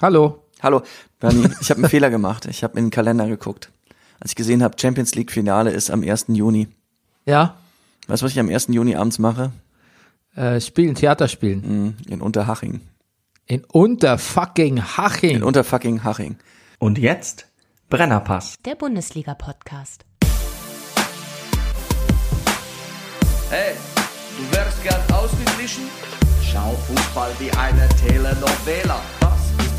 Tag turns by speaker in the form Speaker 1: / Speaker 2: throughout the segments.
Speaker 1: Hallo.
Speaker 2: Hallo, Bernie, ich habe einen Fehler gemacht. Ich habe in den Kalender geguckt. Als ich gesehen habe, Champions League Finale ist am 1. Juni.
Speaker 1: Ja,
Speaker 2: Weißt du, was ich am 1. Juni abends mache?
Speaker 1: äh, spielen, Theater spielen.
Speaker 2: Hm, In Unterhaching.
Speaker 1: In Unterfucking
Speaker 2: In
Speaker 1: Haching.
Speaker 2: Unterfucking Haching.
Speaker 3: Und jetzt Brennerpass.
Speaker 4: Der Bundesliga-Podcast.
Speaker 5: Hey, du wärst gern ausgeglichen? Schau Fußball wie eine Telenovela. Das ist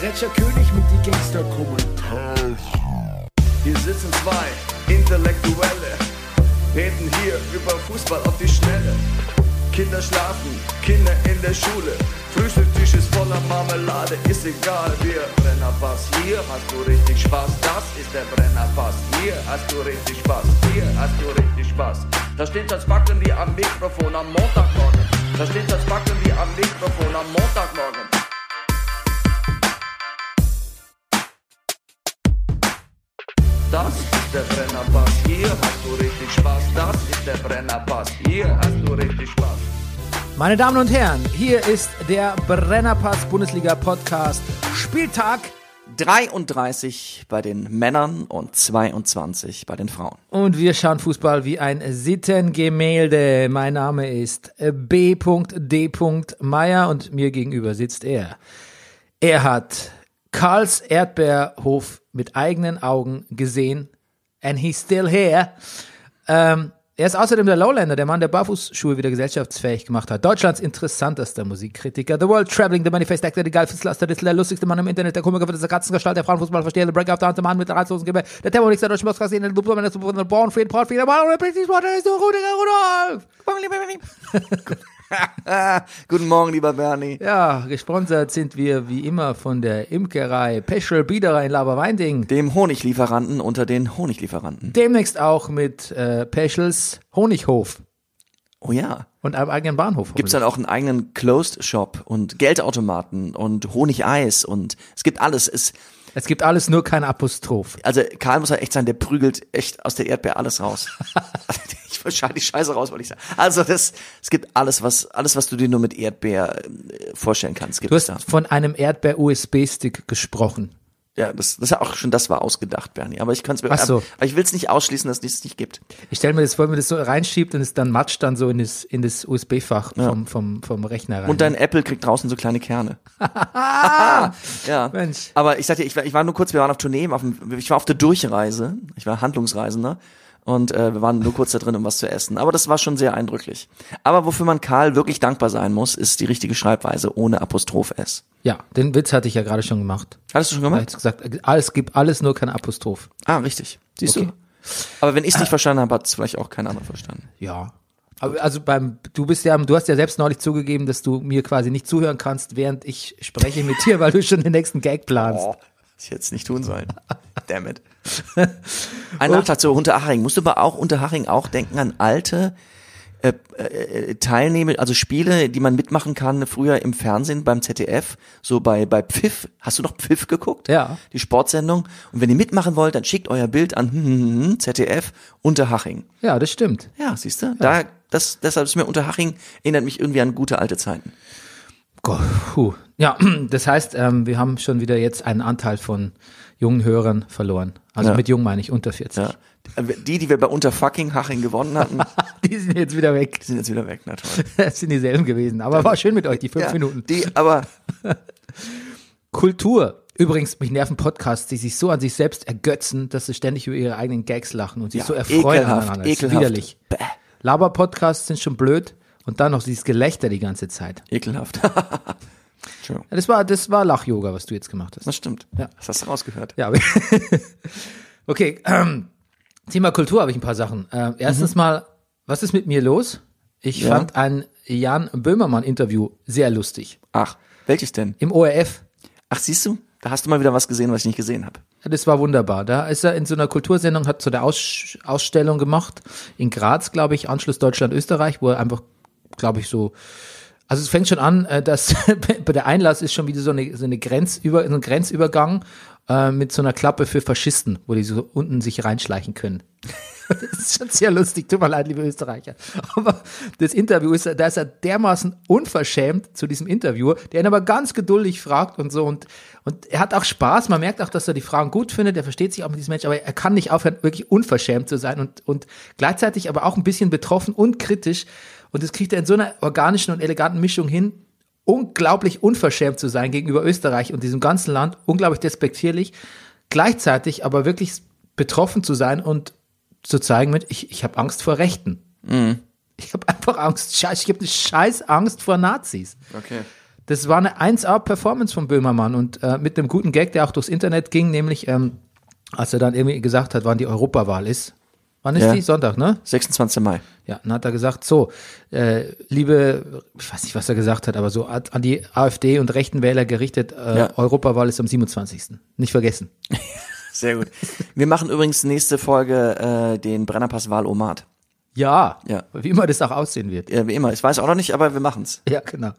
Speaker 6: Gretscher König mit die Gangster-Kommentare.
Speaker 5: Hier sitzen zwei Intellektuelle, reden hier über Fußball auf die Schnelle. Kinder schlafen, Kinder in der Schule, Frühstücktisch ist voller Marmelade, ist egal, wir Brennerpass, hier hast du richtig Spaß, das ist der Brennerpass, hier hast du richtig Spaß, hier hast du richtig Spaß. Da steht das Backen wie am Mikrofon am Montagmorgen, da steht das Backen wie am Mikrofon am Montagmorgen. Das ist der Brennerpass, hier hast du richtig Spaß. Das ist der Brennerpass, hier hast du richtig Spaß.
Speaker 1: Meine Damen und Herren, hier ist der Brennerpass Bundesliga Podcast Spieltag
Speaker 2: 33 bei den Männern und 22 bei den Frauen.
Speaker 1: und wir schauen Fußball wie ein Sittengemälde. Mein Name ist B.D. Meier und mir gegenüber sitzt er. Er hat Karls Erdbeerhof mit eigenen Augen gesehen and he's still here. Ähm, er ist außerdem der Lowlander, der Mann, der Barfußschuhe wieder gesellschaftsfähig gemacht hat. Deutschlands interessantester Musikkritiker, The World Traveling, The Manifest Actor, der Geilfitzlaster, der lustigste Mann im Internet, der Komiker für diese ganzen Gestalt, der Frauenfußballversteher, der Breakout, der Mann mit der ratlosen Geber, der Thermomix, der deutschen Moskau, der Dublo, der Dublo, der Born, Frieden, Port, Frieden, Born, der Prinzipsporter, der Rudolf.
Speaker 2: Guten Morgen, lieber Bernie.
Speaker 1: Ja, gesponsert sind wir wie immer von der Imkerei Peschel Biederer in Laberweinding.
Speaker 2: Dem Honiglieferanten unter den Honiglieferanten.
Speaker 1: Demnächst auch mit äh, Peschels Honighof
Speaker 2: Oh ja.
Speaker 1: und einem eigenen Bahnhof.
Speaker 2: Gibt's dann auch einen eigenen Closed Shop und Geldautomaten und Honigeis und es gibt alles. Es,
Speaker 1: Es gibt alles, nur kein Apostroph.
Speaker 2: also Karl muss halt echt sein, der prügelt echt aus der Erdbeer alles raus. ich schalte die Scheiße raus, wollte ich sagen. Also das, es gibt alles, was, alles, was du dir nur mit Erdbeer äh, vorstellen kannst, gibt
Speaker 1: Du
Speaker 2: es da.
Speaker 1: hast von einem Erdbeer-USB-Stick gesprochen.
Speaker 2: Ja, das, das auch schon, das war ausgedacht, Bernie. Aber ich kann's mir, ähm,
Speaker 1: Ach so.
Speaker 2: aber ich will's nicht ausschließen, dass es das nicht gibt.
Speaker 1: Ich stelle mir das vor, wenn man das so reinschiebt und es dann matscht dann so in das, in das USB-Fach vom, vom, vom Rechner rein.
Speaker 2: Und dein Apple kriegt draußen so kleine Kerne. ja.
Speaker 1: Mensch.
Speaker 2: Aber ich sagte, ich war, ich war nur kurz, wir waren auf Tournee, auf dem, ich war auf der Durchreise, ich war Handlungsreisender und äh, wir waren nur kurz da drin, um was zu essen. Aber das war schon sehr eindrücklich. Aber wofür man Karl wirklich dankbar sein muss, ist die richtige Schreibweise ohne Apostroph S.
Speaker 1: Ja, den Witz hatte ich ja gerade schon gemacht.
Speaker 2: Hattest du schon
Speaker 1: Da
Speaker 2: gemacht?
Speaker 1: hab ich gesagt, alles gibt alles, nur kein Apostroph.
Speaker 2: Ah, richtig. Siehst
Speaker 1: Okay. Ah.
Speaker 2: du. Aber wenn ich nicht verstanden habe, hat es vielleicht auch kein anderer verstanden.
Speaker 1: Ja. Aber also beim, du bist ja, du hast ja selbst neulich zugegeben, dass du mir quasi nicht zuhören kannst, während ich spreche mit dir, weil du schon den nächsten Gag planst.
Speaker 2: Oh, ich hätte es nicht tun sollen. Damn it. Ein Nachtrag zu Unterhaching. Musst du aber auch Unterhaching auch denken an alte äh, äh, Teilnehmer, also Spiele, die man mitmachen kann, früher im Fernsehen beim ZDF, so bei, bei Pfiff. Hast du noch Pfiff geguckt?
Speaker 1: Ja.
Speaker 2: Die Sportsendung. Und wenn ihr mitmachen wollt, dann schickt euer Bild an hm, hm, hm, ZDF Unterhaching.
Speaker 1: Ja, das stimmt.
Speaker 2: Ja, siehst du? Da, das, deshalb ist mir Unterhaching, erinnert mich irgendwie an gute alte Zeiten.
Speaker 1: Gott, puh. Ja, das heißt, ähm, wir haben schon wieder jetzt einen Anteil von jungen Hörern verloren. Also
Speaker 2: Ja.
Speaker 1: mit jung meine ich unter 40.
Speaker 2: Ja. Die, die wir bei Unterfucking Haching gewonnen hatten,
Speaker 1: Die sind jetzt wieder weg.
Speaker 2: die sind jetzt wieder weg, na toll.
Speaker 1: Das sind dieselben gewesen. Aber war schön mit euch, die fünf
Speaker 2: Ja,
Speaker 1: Minuten.
Speaker 2: Die, aber
Speaker 1: Kultur. Übrigens, mich nerven Podcasts, die sich so an sich selbst ergötzen, dass sie ständig über ihre eigenen Gags lachen und sich
Speaker 2: ja,
Speaker 1: so erfreuen
Speaker 2: ekelhaft,
Speaker 1: aneinander. Das ist
Speaker 2: ekelhaft.
Speaker 1: Widerlich.
Speaker 2: Bäh,
Speaker 1: Laber-Podcasts sind schon blöd und dann noch dieses Gelächter die ganze Zeit.
Speaker 2: ekelhaft.
Speaker 1: Ja, Das war, das war Lach-Yoga, was du jetzt gemacht hast.
Speaker 2: Das stimmt.
Speaker 1: Ja.
Speaker 2: Das hast du rausgehört.
Speaker 1: Ja. aber- okay. Ähm, Thema Kultur habe ich ein paar Sachen. Ähm, erstens mal, was ist mit mir los? Ich
Speaker 2: Mhm. Ja.
Speaker 1: fand ein Jan Böhmermann-Interview sehr lustig.
Speaker 2: Ach, welches denn?
Speaker 1: Im ORF.
Speaker 2: Ach, siehst du? Da hast du mal wieder was gesehen, was ich nicht gesehen habe.
Speaker 1: Das war wunderbar. Da ist er in so einer Kultursendung, hat so eine Aus Ausstellung gemacht in Graz, glaube ich, Anschluss Deutschland-Österreich, wo er einfach, glaube ich, so. Also es fängt schon an, äh, dass bei der Einlass ist schon wieder so eine, so eine Grenzüber, so ein Grenzübergang äh, mit so einer Klappe für Faschisten, wo die so unten sich reinschleichen können. Das ist schon sehr lustig, tut mir leid, liebe Österreicher. Aber das Interview ist, da ist er dermaßen unverschämt zu diesem Interviewer, der ihn aber ganz geduldig fragt und so. Und, und er hat auch Spaß, man merkt auch, dass er die Fragen gut findet, er versteht sich auch mit diesem Menschen, aber er kann nicht aufhören, wirklich unverschämt zu sein und, und gleichzeitig aber auch ein bisschen betroffen und kritisch. Und das kriegt er in so einer organischen und eleganten Mischung hin, unglaublich unverschämt zu sein gegenüber Österreich und diesem ganzen Land, unglaublich despektierlich, gleichzeitig aber wirklich betroffen zu sein und zu zeigen mit, ich, ich habe Angst vor Rechten.
Speaker 2: Mhm.
Speaker 1: Ich habe einfach Angst, scheiß, ich habe eine scheiß Angst vor Nazis.
Speaker 2: Okay.
Speaker 1: Das war eine 1A-Performance von Böhmermann und äh, mit einem guten Gag, der auch durchs Internet ging, nämlich ähm, als er dann irgendwie gesagt hat, wann die Europawahl ist. Wann ist
Speaker 2: Ja.
Speaker 1: die? Sonntag, ne?
Speaker 2: 26. Mai.
Speaker 1: Ja, dann hat er gesagt, so, äh, liebe, ich weiß nicht, was er gesagt hat, aber so an an die AfD und rechten Wähler gerichtet, äh,
Speaker 2: Ja.
Speaker 1: Europawahl ist am 27. Nicht vergessen.
Speaker 2: Sehr gut. Wir machen übrigens nächste Folge äh, den Brennerpass Wahlomat.
Speaker 1: Ja,
Speaker 2: Ja.
Speaker 1: wie immer das auch aussehen wird.
Speaker 2: Ja, wie immer. Ich weiß auch noch nicht, aber wir machen's.
Speaker 1: Ja, genau.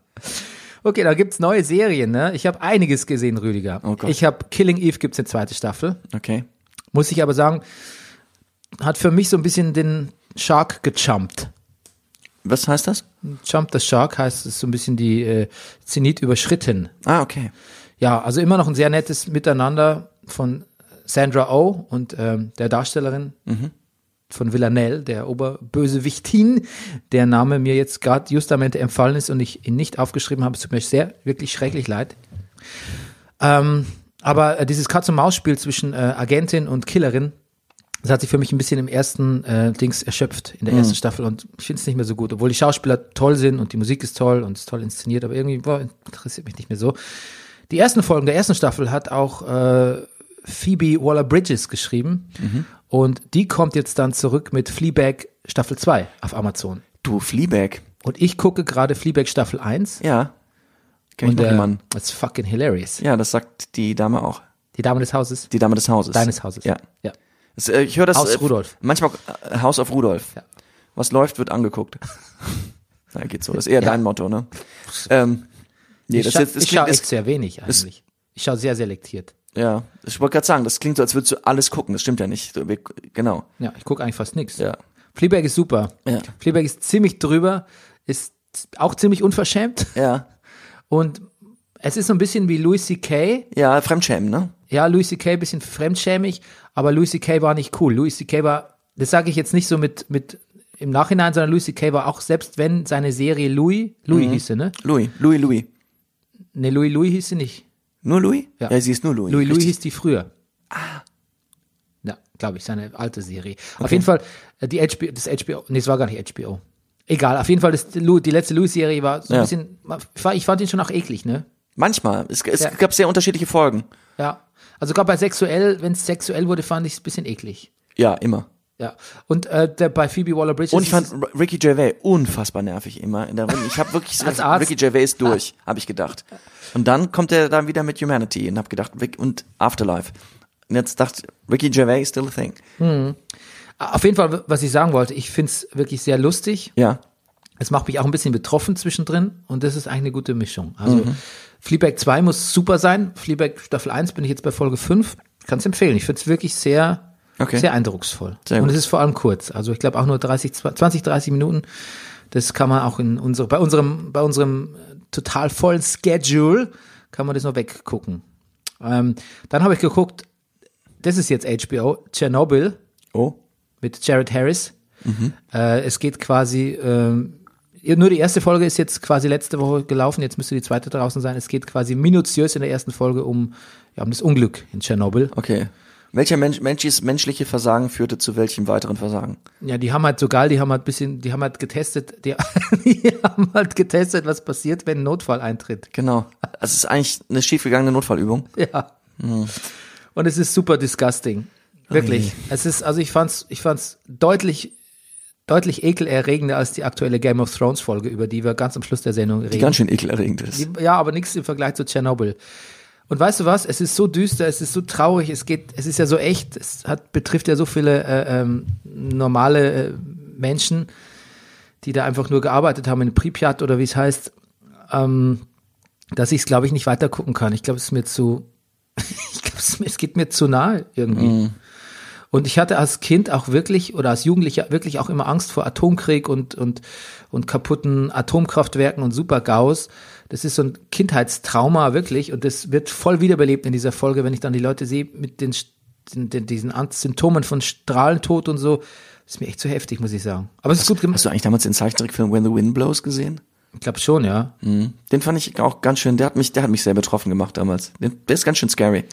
Speaker 1: Okay, da gibt's neue Serien, ne? Ich habe einiges gesehen, Rüdiger.
Speaker 2: Oh Gott.
Speaker 1: ich habe Killing Eve gibt's eine zweite Staffel.
Speaker 2: Okay.
Speaker 1: Muss ich aber sagen, hat für mich so ein bisschen den Shark gejumpt.
Speaker 2: Was heißt das?
Speaker 1: Jump the Shark heißt, es ist so ein bisschen die äh, Zenit überschritten.
Speaker 2: Ah, okay.
Speaker 1: Ja, also immer noch ein sehr nettes Miteinander von Sandra Oh und ähm, der Darstellerin von Villanelle, der Oberbösewichtin, der Name mir jetzt gerade justamente empfallen ist und ich ihn nicht aufgeschrieben habe. Es tut mir sehr, wirklich schrecklich leid. Ähm, aber äh, dieses Katz-und-Maus-Spiel zwischen äh, Agentin und Killerin, das hat sich für mich ein bisschen im ersten äh, Dings erschöpft, in der ersten Staffel. Und ich finde es nicht mehr so gut, obwohl die Schauspieler toll sind und die Musik ist toll und ist toll inszeniert, aber irgendwie boah, interessiert mich nicht mehr so. Die ersten Folgen der ersten Staffel hat auch äh, Phoebe Waller-Bridges geschrieben.
Speaker 2: Mhm.
Speaker 1: Und die kommt jetzt dann zurück mit Fleabag Staffel 2 auf Amazon.
Speaker 2: Du, Fleabag.
Speaker 1: Und ich gucke gerade Fleabag Staffel 1.
Speaker 2: Ja. Kenn ich
Speaker 1: und
Speaker 2: noch
Speaker 1: äh,
Speaker 2: jemanden.
Speaker 1: it's fucking hilarious.
Speaker 2: Ja, das sagt die Dame auch.
Speaker 1: Die Dame des Hauses.
Speaker 2: Die Dame des Hauses.
Speaker 1: Deines Hauses.
Speaker 2: Ja.
Speaker 1: ja.
Speaker 2: Das, äh, ich höre das.
Speaker 1: Haus
Speaker 2: äh,
Speaker 1: Rudolf.
Speaker 2: Manchmal äh, Haus auf Rudolf.
Speaker 1: Ja.
Speaker 2: Was läuft, wird angeguckt. Na, geht so. Das ist eher
Speaker 1: Ja.
Speaker 2: dein Motto, ne? Ähm, nee,
Speaker 1: ich
Speaker 2: das
Speaker 1: scha
Speaker 2: jetzt, das
Speaker 1: ich schaue
Speaker 2: klingt,
Speaker 1: echt
Speaker 2: das,
Speaker 1: sehr wenig eigentlich. ich schaue sehr selektiert.
Speaker 2: ja, ich wollte gerade sagen, das klingt so, als würdest du alles gucken. Das stimmt ja nicht. Du- wir- Genau.
Speaker 1: Ja, ich gucke eigentlich fast nichts.
Speaker 2: Ja.
Speaker 1: Fleabag ist super.
Speaker 2: Ja.
Speaker 1: Fleabag ist ziemlich drüber, ist auch ziemlich unverschämt
Speaker 2: Ja.
Speaker 1: und es ist so ein bisschen wie Louis C.K.
Speaker 2: Ja, Fremdschämen, ne?
Speaker 1: Ja, Louis C.K. ein bisschen fremdschämig, aber Louis C.K. war nicht cool. Louis C.K. war, das sage ich jetzt nicht so mit, mit im Nachhinein, sondern Louis C.K. war auch, selbst wenn seine Serie Louis,
Speaker 2: Mhm.
Speaker 1: Louis hieß sie, ne?
Speaker 2: Louis, Louis, Louis.
Speaker 1: Ne, Louis, Louis hieß sie nicht.
Speaker 2: Nur Louis?
Speaker 1: Ja.
Speaker 2: sie ist nur Louis.
Speaker 1: Louis Louis
Speaker 2: Richtig.
Speaker 1: hieß die früher. Ah. Ja, glaube ich, seine alte Serie. Auf jeden Fall, äh, die HBO, das HBO, nee, es war gar nicht HBO. Egal, auf jeden Fall, das, Lou- die letzte Louis-Serie war so ein
Speaker 2: Ja.
Speaker 1: bisschen, ich fand- ich fand ihn schon auch eklig, ne?
Speaker 2: Manchmal. Es, es
Speaker 1: Ja.
Speaker 2: gab sehr unterschiedliche Folgen.
Speaker 1: Ja. Also gerade bei sexuell, wenn es sexuell wurde, fand ich es ein bisschen eklig.
Speaker 2: Ja, immer.
Speaker 1: Ja. Und äh, der, bei Phoebe Waller-Bridge äh,
Speaker 2: Und ich fand R- Ricky Gervais unfassbar nervig immer in der Runde. Ich habe wirklich so
Speaker 1: Als Arzt.
Speaker 2: Ricky Gervais ist durch, habe ich gedacht. Und dann kommt er dann wieder mit Humanity und habe gedacht, Rick und Afterlife. Und jetzt dachte Ricky Gervais is still a thing.
Speaker 1: auf jeden Fall, was ich sagen wollte, ich finde es wirklich sehr lustig.
Speaker 2: Ja.
Speaker 1: Es macht mich auch ein bisschen betroffen zwischendrin und das ist eigentlich eine gute Mischung. Also
Speaker 2: Mhm.
Speaker 1: Fleabag 2 muss super sein. Fleabag Staffel 1 bin ich jetzt bei Folge 5. Ich kann es empfehlen. Ich finde es wirklich sehr,
Speaker 2: Okay.
Speaker 1: sehr eindrucksvoll.
Speaker 2: Sehr
Speaker 1: und
Speaker 2: gut.
Speaker 1: es ist vor allem kurz. Also ich glaube auch nur 30, 20, 30 Minuten. Das kann man auch in unsere, bei unserem, bei unserem äh, total vollen Schedule kann man das noch weggucken. Ähm, dann habe ich geguckt, das ist jetzt HBO, Tschernobyl
Speaker 2: Oh.
Speaker 1: mit Jared Harris. Äh, es geht quasi, ähm, nur die erste Folge ist jetzt quasi letzte Woche gelaufen, jetzt müsste die zweite draußen sein. Es geht quasi minutiös in der ersten Folge um, ja, um das Unglück in Tschernobyl.
Speaker 2: Okay. Welcher Mensch, menschliches, menschliche Versagen führte zu welchem weiteren Versagen?
Speaker 1: Ja, die haben halt so geil, die haben halt bisschen, die haben halt getestet, die, die haben halt getestet, was passiert, wenn ein Notfall eintritt.
Speaker 2: Genau. Es ist eigentlich eine schiefgegangene Notfallübung.
Speaker 1: Ja. Und es ist super disgusting. Wirklich. Es ist, also ich fand's, ich fand's deutlich, deutlich ekelerregender als die aktuelle Game of Thrones Folge, über die wir ganz am Schluss der Sendung reden.
Speaker 2: Die ganz schön ekelerregend ist.
Speaker 1: Die- Ja, aber nichts im Vergleich zu Tschernobyl. Und weißt du was? Es ist so düster, es ist so traurig, es geht, es ist ja so echt, es hat, betrifft ja so viele äh, ähm, normale äh, Menschen, die da einfach nur gearbeitet haben in Pripyat oder wie es heißt, ähm, dass ich es, glaube ich, nicht weiter gucken kann. Ich glaube, es ist mir zu, ich glaube, es, ist mir- es geht mir zu nahe irgendwie. Und ich hatte als Kind auch wirklich oder als Jugendlicher wirklich auch immer Angst vor Atomkrieg und, und, und kaputten Atomkraftwerken und Supergaus. Das ist so ein Kindheitstrauma wirklich und das wird voll wiederbelebt in dieser Folge, wenn ich dann die Leute sehe mit den, St- den, den diesen An- Symptomen von Strahlentod und so. Das ist mir echt zu heftig, muss ich sagen. Aber es ist gut gemacht.
Speaker 2: Hast du eigentlich damals den Zeichentrickfilm When the Wind Blows gesehen? Hm.
Speaker 1: Ich glaube schon, ja.
Speaker 2: Den fand ich auch ganz schön, der hat mich, der hat mich sehr betroffen gemacht damals. Den, der ist ganz schön scary.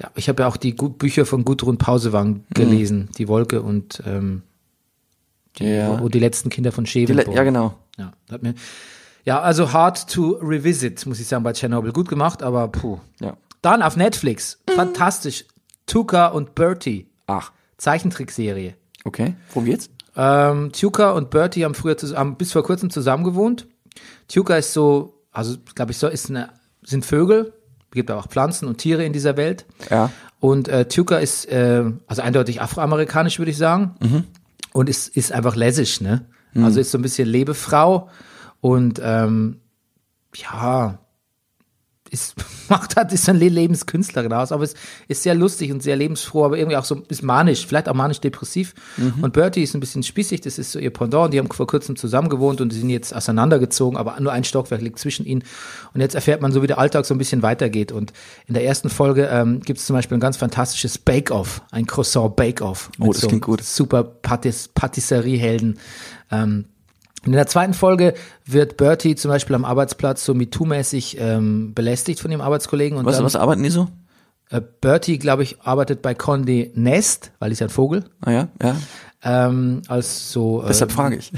Speaker 1: Ja, ich habe ja auch die Gu- Bücher von Gudrun
Speaker 2: Hm.
Speaker 1: Pausewang gelesen, Die Wolke und ähm,
Speaker 2: Ja.
Speaker 1: wo die letzten Kinder von
Speaker 2: Die
Speaker 1: Schevenborg.
Speaker 2: Le- ja, genau.
Speaker 1: Ja, hat mir, ja, also hard to revisit, muss ich sagen, bei Tschernobyl. Gut gemacht, aber puh.
Speaker 2: Ja.
Speaker 1: Dann auf Netflix, fantastisch, Tuka und Bertie,
Speaker 2: Ach,
Speaker 1: Zeichentrickserie.
Speaker 2: okay. Worum geht's?
Speaker 1: Ähm, Tuka und Bertie haben früher zus- haben bis vor kurzem zusammen gewohnt. Tuka ist so, also glaube ich so, ist eine, sind Vögel, gibt aber auch Pflanzen und Tiere in dieser Welt.
Speaker 2: Ja.
Speaker 1: Und äh, Tuka ist äh, also eindeutig afroamerikanisch, würde ich sagen. Und ist, ist einfach lässisch, ne? Also ist so ein bisschen Lebefrau und ähm, ja, ist, macht hat, ist ein Le- Lebenskünstler genau, aber es ist sehr lustig und sehr lebensfroh, aber irgendwie auch so, ist manisch, vielleicht auch manisch-depressiv.
Speaker 2: Mhm.
Speaker 1: Und Bertie ist ein bisschen spießig, das ist so ihr Pendant, die haben vor kurzem zusammen gewohnt und die sind jetzt auseinandergezogen, aber nur ein Stockwerk liegt zwischen ihnen. Und jetzt erfährt man so, wie der Alltag so ein bisschen weitergeht. Und in der ersten Folge ähm, gibt es zum Beispiel ein ganz fantastisches Bake-Off, ein Croissant-Bake-Off. mit
Speaker 2: Oh, das
Speaker 1: so
Speaker 2: klingt gut.
Speaker 1: Super Patis Patisserie-Helden. Ähm, und in der zweiten Folge wird Bertie zum Beispiel am Arbeitsplatz so MeToo-mäßig ähm, belästigt von ihrem Arbeitskollegen. Und
Speaker 2: Was,
Speaker 1: dann,
Speaker 2: was arbeiten die so?
Speaker 1: Äh, Bertie, glaube ich, arbeitet bei Condé Nest, weil ist ja ein Vogel,
Speaker 2: Ah ja, ja.
Speaker 1: ähm, als so äh,
Speaker 2: Deshalb frage ich.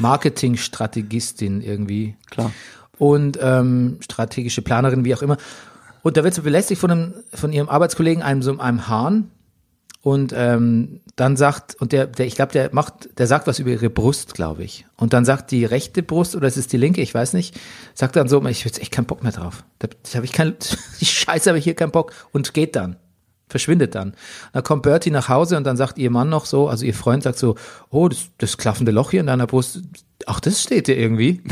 Speaker 1: Marketingstrategistin irgendwie.
Speaker 2: Klar.
Speaker 1: Und ähm, strategische Planerin, wie auch immer. Und da wird sie belästigt von, einem, von ihrem Arbeitskollegen, einem so einem Hahn. Und ähm, dann sagt, und der, der ich glaube, der macht, der sagt was über ihre Brust, glaube ich. Und dann sagt die rechte Brust, oder es ist die linke, ich weiß nicht, sagt dann so, ich habe jetzt echt keinen Bock mehr drauf. Da, da habe ich keinen, die Scheiße habe ich hier keinen Bock. Und geht dann. Verschwindet dann. Und dann kommt Bertie nach Hause und dann sagt ihr Mann noch so, also ihr Freund sagt so, oh, das, das klaffende Loch hier in deiner Brust, ach, das steht dir irgendwie.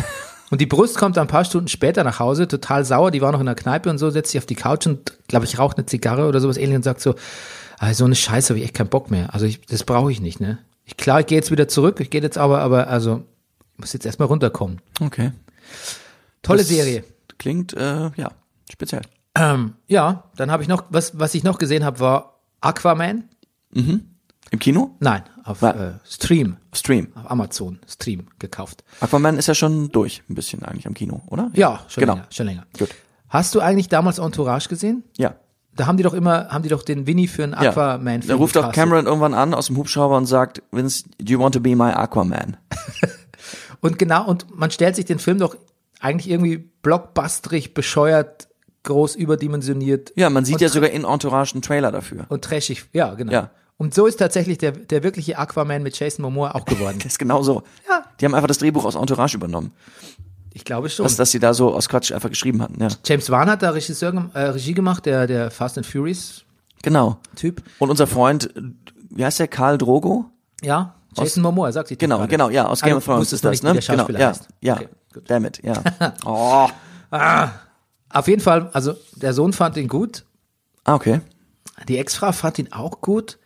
Speaker 1: Und die Brust kommt dann ein paar Stunden später nach Hause, total sauer, die war noch in der Kneipe und so, setzt sich auf die Couch und, glaube ich, raucht eine Zigarre oder sowas ähnliches und sagt so, ah, so eine Scheiße habe ich echt keinen Bock mehr. Also ich, das brauche ich nicht, ne? Ich, klar, ich gehe jetzt wieder zurück, ich gehe jetzt aber, aber also, ich muss jetzt erstmal runterkommen.
Speaker 2: Okay.
Speaker 1: Tolle
Speaker 2: Das
Speaker 1: Serie.
Speaker 2: Klingt, äh, ja, speziell.
Speaker 1: Ähm, ja, dann habe ich noch, was, was ich noch gesehen habe, war Aquaman.
Speaker 2: Im Kino?
Speaker 1: Nein, auf
Speaker 2: Was?
Speaker 1: äh, Stream,
Speaker 2: Stream.
Speaker 1: auf Amazon, Stream gekauft.
Speaker 2: Aquaman ist ja schon durch, ein bisschen eigentlich am Kino, oder?
Speaker 1: Ja, schon
Speaker 2: genau.
Speaker 1: länger. Schon länger.
Speaker 2: Gut.
Speaker 1: Hast du eigentlich damals Entourage gesehen?
Speaker 2: Ja.
Speaker 1: Da haben die doch immer, haben die doch den Winnie für einen
Speaker 2: ja.
Speaker 1: Aquaman-Film
Speaker 2: Da ruft doch
Speaker 1: gecastet.
Speaker 2: Cameron irgendwann an aus dem Hubschrauber und sagt, Vince, do you want to be my Aquaman?
Speaker 1: Und genau, und man stellt sich den Film doch eigentlich irgendwie blockbusterig, bescheuert, groß überdimensioniert.
Speaker 2: Ja, man sieht
Speaker 1: und
Speaker 2: ja sogar in Entourage einen Trailer dafür.
Speaker 1: Und trashig, ja, genau.
Speaker 2: Ja.
Speaker 1: Und so ist tatsächlich der, der wirkliche Aquaman mit Jason Momoa auch geworden.
Speaker 2: Das ist genau so. Ja. Die haben einfach das Drehbuch aus Entourage übernommen,
Speaker 1: Ich glaube schon.
Speaker 2: das, das sie da so aus Quatsch einfach geschrieben hatten. Ja,
Speaker 1: James Wan hat da Regisseur, gem- äh, Regie gemacht, der, der Fast and Furious
Speaker 2: genau.
Speaker 1: Typ.
Speaker 2: Und unser Freund, äh, wie heißt der, Karl Drogo?
Speaker 1: Ja, Jason Momoa, sagt sie.
Speaker 2: Genau, genau, ja, aus
Speaker 1: Also
Speaker 2: Game of Thrones ist das, ne?
Speaker 1: Der
Speaker 2: Genau,
Speaker 1: Schauspieler
Speaker 2: ja,
Speaker 1: heißt.
Speaker 2: ja,
Speaker 1: Okay, gut.
Speaker 2: damn it, ja. oh,
Speaker 1: Auf jeden Fall, also der Sohn fand ihn gut,
Speaker 2: ah, okay.
Speaker 1: Die Ex-Frau fand ihn auch gut.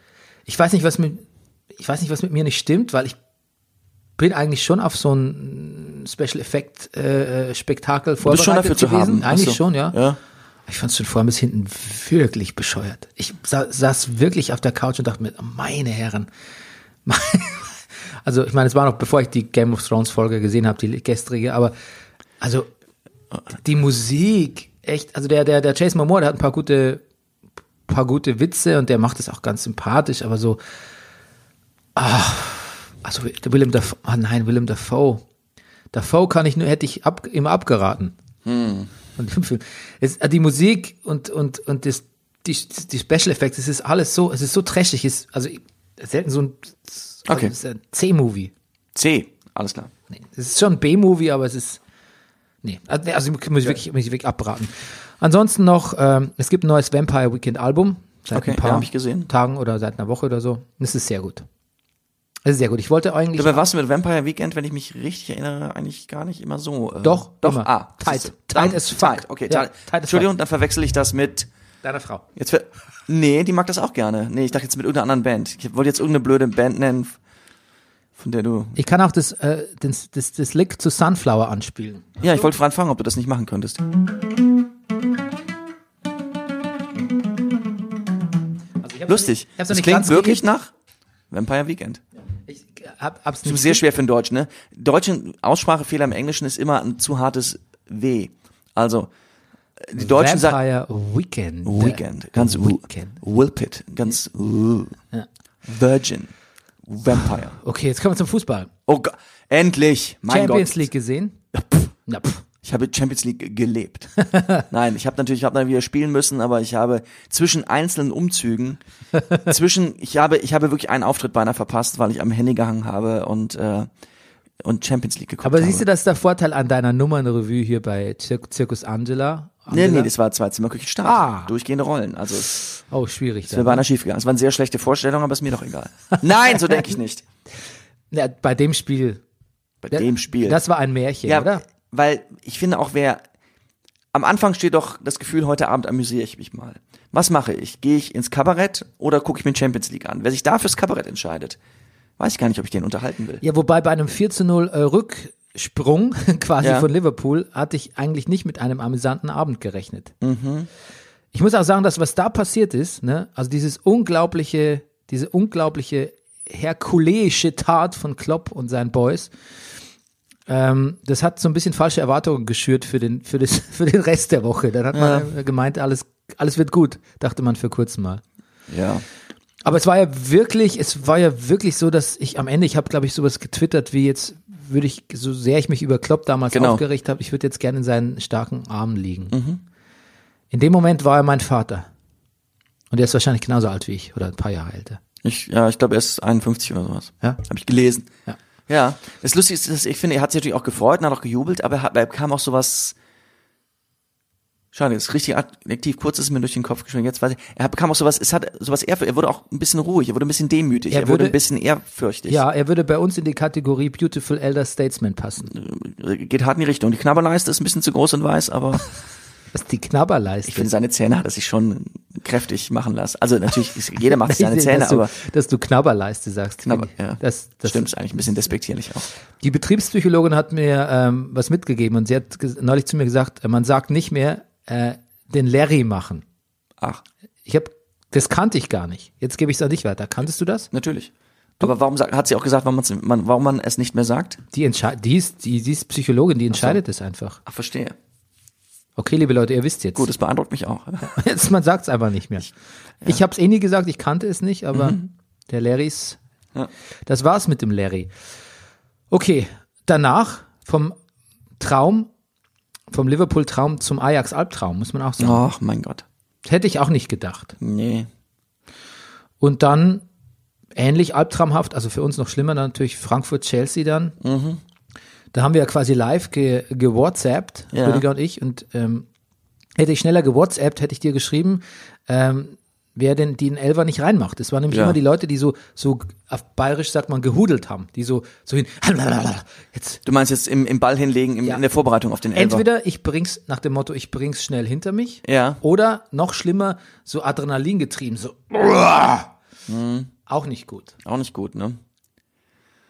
Speaker 1: Ich weiß nicht, was mit, ich weiß nicht, was mit mir nicht stimmt, weil ich bin eigentlich schon auf so ein Special Effect äh, Spektakel
Speaker 2: Du
Speaker 1: vorbereitet
Speaker 2: bist schon dafür
Speaker 1: gewesen.
Speaker 2: zu haben.
Speaker 1: Eigentlich
Speaker 2: Ach so.
Speaker 1: schon, ja.
Speaker 2: ja.
Speaker 1: Ich fand es schon vorhin bis hinten wirklich bescheuert. Ich sa saß wirklich auf der Couch und dachte mir, meine Herren. mein- Also ich meine, es war noch bevor ich die Game of Thrones Folge gesehen habe, die gestrige, aber also die Musik, echt, also der der der Jason Momoa, der hat ein paar gute paar gute Witze und der macht es auch ganz sympathisch, aber so ah, also der Willem Dafoe, ah nein, Willem Dafoe. Dafoe kann ich nur hätte ich ab, immer abgeraten. Und im Film. Es, äh, die Musik und, und, und das, die, die Special Effects, es ist alles so, es ist so trashig. Es, ist- also ich- selten so ein, also
Speaker 2: Okay.
Speaker 1: es ist ein C-Movie.
Speaker 2: C, alles klar.
Speaker 1: Nee, es ist schon ein B-Movie, aber es ist. Nee, also, nee, also muss ich wirklich, muss ich wirklich abraten. Ansonsten noch, ähm, es gibt ein neues Vampire Weekend Album. Seit
Speaker 2: Okay,
Speaker 1: ein paar
Speaker 2: ja, hab ich gesehen.
Speaker 1: Tagen oder seit einer Woche oder so. Und Es ist sehr gut. Es ist sehr gut. Ich wollte eigentlich.
Speaker 2: Dabei warst du mit Vampire Weekend, wenn ich mich richtig erinnere, eigentlich gar nicht immer so. Äh,
Speaker 1: Doch,
Speaker 2: doch.
Speaker 1: immer.
Speaker 2: Ah,
Speaker 1: Tight.
Speaker 2: siehst du.
Speaker 1: Tight
Speaker 2: Dann-
Speaker 1: as fuck.
Speaker 2: Okay,
Speaker 1: Ja,
Speaker 2: tight.
Speaker 1: tight as
Speaker 2: Entschuldigung, dann verwechsel ich das mit.
Speaker 1: Deiner Frau.
Speaker 2: Jetzt ver nee, die mag das auch gerne. Nee, ich dachte jetzt mit irgendeiner anderen Band. Ich wollte jetzt irgendeine blöde Band nennen, von der du.
Speaker 1: Ich kann auch das, äh, das, das, das Lick zu Sunflower anspielen.
Speaker 2: Ja, ich wollte fragen, ob du das nicht machen könntest.
Speaker 1: Also ich hab's noch nicht-
Speaker 2: Lustig.
Speaker 1: Ich hab's noch
Speaker 2: Das
Speaker 1: nicht
Speaker 2: klingt
Speaker 1: ganz
Speaker 2: wirklich
Speaker 1: geübt.
Speaker 2: nach Vampire Weekend.
Speaker 1: Ich äh, hab, hab's
Speaker 2: Ist
Speaker 1: nicht
Speaker 2: sehr schwer für den Deutschen, ne? Deutschen Aussprachefehler im Englischen ist immer ein zu hartes W. Also, die Deutschen sagen
Speaker 1: Vampire Weekend.
Speaker 2: Weekend, ganz Weekend.
Speaker 1: Weekend.
Speaker 2: Wilpit, ganz uh. Virgin, Vampire.
Speaker 1: Okay, jetzt kommen wir zum Fußball.
Speaker 2: Oh Gott, endlich, mein
Speaker 1: Champions
Speaker 2: Gott.
Speaker 1: League gesehen? Na, pff.
Speaker 2: Ich habe Champions League gelebt. Nein, ich habe natürlich, ich habe dann wieder spielen müssen, aber ich habe zwischen einzelnen Umzügen, zwischen, ich habe, ich habe wirklich einen Auftritt beinahe verpasst, weil ich am Handy gehangen habe und äh, und Champions League geguckt
Speaker 1: Aber
Speaker 2: habe.
Speaker 1: siehst du, das ist der Vorteil an deiner Nummernrevue hier bei Zir Zirkus Angela.
Speaker 2: Nee,
Speaker 1: Angela?
Speaker 2: nee, das war zwei Zimmer Küche Start.
Speaker 1: Ah.
Speaker 2: Durchgehende Rollen. Also es
Speaker 1: Oh, schwierig.
Speaker 2: wäre
Speaker 1: Dann.
Speaker 2: beinahe schief gegangen. Es waren sehr schlechte Vorstellungen, aber ist mir doch egal. Nein, so denke ich nicht.
Speaker 1: Ja, bei dem Spiel.
Speaker 2: Bei dem Spiel.
Speaker 1: Das war ein Märchen,
Speaker 2: ja,
Speaker 1: oder?
Speaker 2: weil ich finde auch, wer am Anfang steht doch das Gefühl, heute Abend amüsiere ich mich mal. Was mache ich? Gehe ich ins Kabarett oder gucke ich mir Champions League an? Wer sich da fürs Kabarett entscheidet, weiß ich gar nicht, ob ich den unterhalten will.
Speaker 1: Ja, wobei bei einem 4 zu 0 äh, Rücksprung quasi
Speaker 2: Ja.
Speaker 1: von Liverpool hatte ich eigentlich nicht mit einem amüsanten Abend gerechnet. Ich muss auch sagen, dass was da passiert ist, ne, also dieses unglaubliche, diese unglaubliche herkuleische Tat von Klopp und seinen Boys, ähm, das hat so ein bisschen falsche Erwartungen geschürt für den, für das, für den Rest der Woche. Dann hat man äh, gemeint, alles, alles wird gut, dachte man für kurz mal.
Speaker 2: Ja.
Speaker 1: Aber es war ja wirklich, es war ja wirklich so, dass ich am Ende, ich habe, glaube ich, sowas getwittert, wie jetzt würde ich, so sehr ich mich über Klopp damals
Speaker 2: Genau. Mhm.
Speaker 1: aufgeregt habe, ich würde jetzt gerne in seinen starken Armen liegen. In dem Moment war er mein Vater. Und er ist wahrscheinlich genauso alt wie ich oder ein paar Jahre älter.
Speaker 2: Ich, ja, ich glaube, er ist 51 oder sowas.
Speaker 1: Ja.
Speaker 2: Habe ich gelesen.
Speaker 1: Ja.
Speaker 2: Ja. Das Lustige ist, dass ich finde, er hat sich natürlich auch gefreut und hat auch gejubelt, aber er, hat, er kam auch sowas. Schade, das richtige Adjektiv kurz ist mir durch den Kopf geschwungen. Jetzt weiß ich, er bekam auch sowas, es hat sowas ehrfürchtig, er wurde auch ein bisschen ruhig, er wurde ein bisschen demütig,
Speaker 1: Er
Speaker 2: er, wurde
Speaker 1: würde-
Speaker 2: ein bisschen ehrfürchtig.
Speaker 1: Ja, er würde bei uns in die Kategorie Beautiful Elder Statesman passen.
Speaker 2: Geht hart in die Richtung. Die Knabberleiste ist ein bisschen zu groß und weiß, aber
Speaker 1: Was die Knabberleiste.
Speaker 2: ich finde, seine Zähne hat er sich schon kräftig machen lassen. Also natürlich, ist- jeder macht sich seine
Speaker 1: dass
Speaker 2: Zähne,
Speaker 1: du,
Speaker 2: aber
Speaker 1: dass du Knabberleiste sagst.
Speaker 2: Knabber,
Speaker 1: finde ich.
Speaker 2: ja.
Speaker 1: Das, das
Speaker 2: stimmt, ist eigentlich ein bisschen despektierlich auch.
Speaker 1: Die Betriebspsychologin hat mir ähm, was mitgegeben und sie hat ges- neulich zu mir gesagt, äh, man sagt nicht mehr äh, den Larry machen.
Speaker 2: Ach,
Speaker 1: Ich habe das kannte ich gar nicht. Jetzt gebe ich es an dich weiter. Kanntest du das?
Speaker 2: natürlich. Aber warum sagt, hat sie auch gesagt, warum, man's- man, warum man es nicht mehr sagt?
Speaker 1: Die, entschei- die, ist, die, die ist Psychologin, die entscheidet es einfach.
Speaker 2: Ach, verstehe.
Speaker 1: Okay, liebe Leute, ihr wisst jetzt.
Speaker 2: Gut, das beeindruckt mich auch.
Speaker 1: jetzt man sagt es einfach nicht mehr. Ich habe es eh nie gesagt, ich kannte es nicht, aber der Larrys,
Speaker 2: Mhm. Ja.
Speaker 1: das war's mit dem Larry. Okay, danach vom Traum, vom Liverpool-Traum zum Ajax-Albtraum, muss man auch sagen.
Speaker 2: Ach, mein Gott.
Speaker 1: Hätte ich auch nicht gedacht.
Speaker 2: Nee.
Speaker 1: Und dann ähnlich albtraumhaft, also für uns noch schlimmer dann natürlich Frankfurt-Chelsea dann.
Speaker 2: Mhm.
Speaker 1: Da haben wir ja quasi live ge gewhatsappt,
Speaker 2: Ja.
Speaker 1: Rüdiger und ich. Und ähm, hätte ich schneller gewhatsappt, hätte ich dir geschrieben, ähm, wer denn den Elfer nicht reinmacht. Das waren nämlich
Speaker 2: Ja.
Speaker 1: immer die Leute, die so, so auf bayerisch sagt man, gehudelt haben. Die so, so hin, jetzt.
Speaker 2: Du meinst jetzt im, im Ball hinlegen, im, in der Vorbereitung auf den Elfer?
Speaker 1: Entweder ich bring's nach dem Motto, ich bring's schnell hinter mich.
Speaker 2: Ja.
Speaker 1: Oder noch schlimmer, so Adrenalin getrieben, so.
Speaker 2: Mhm.
Speaker 1: Auch nicht gut.
Speaker 2: Auch nicht gut, ne?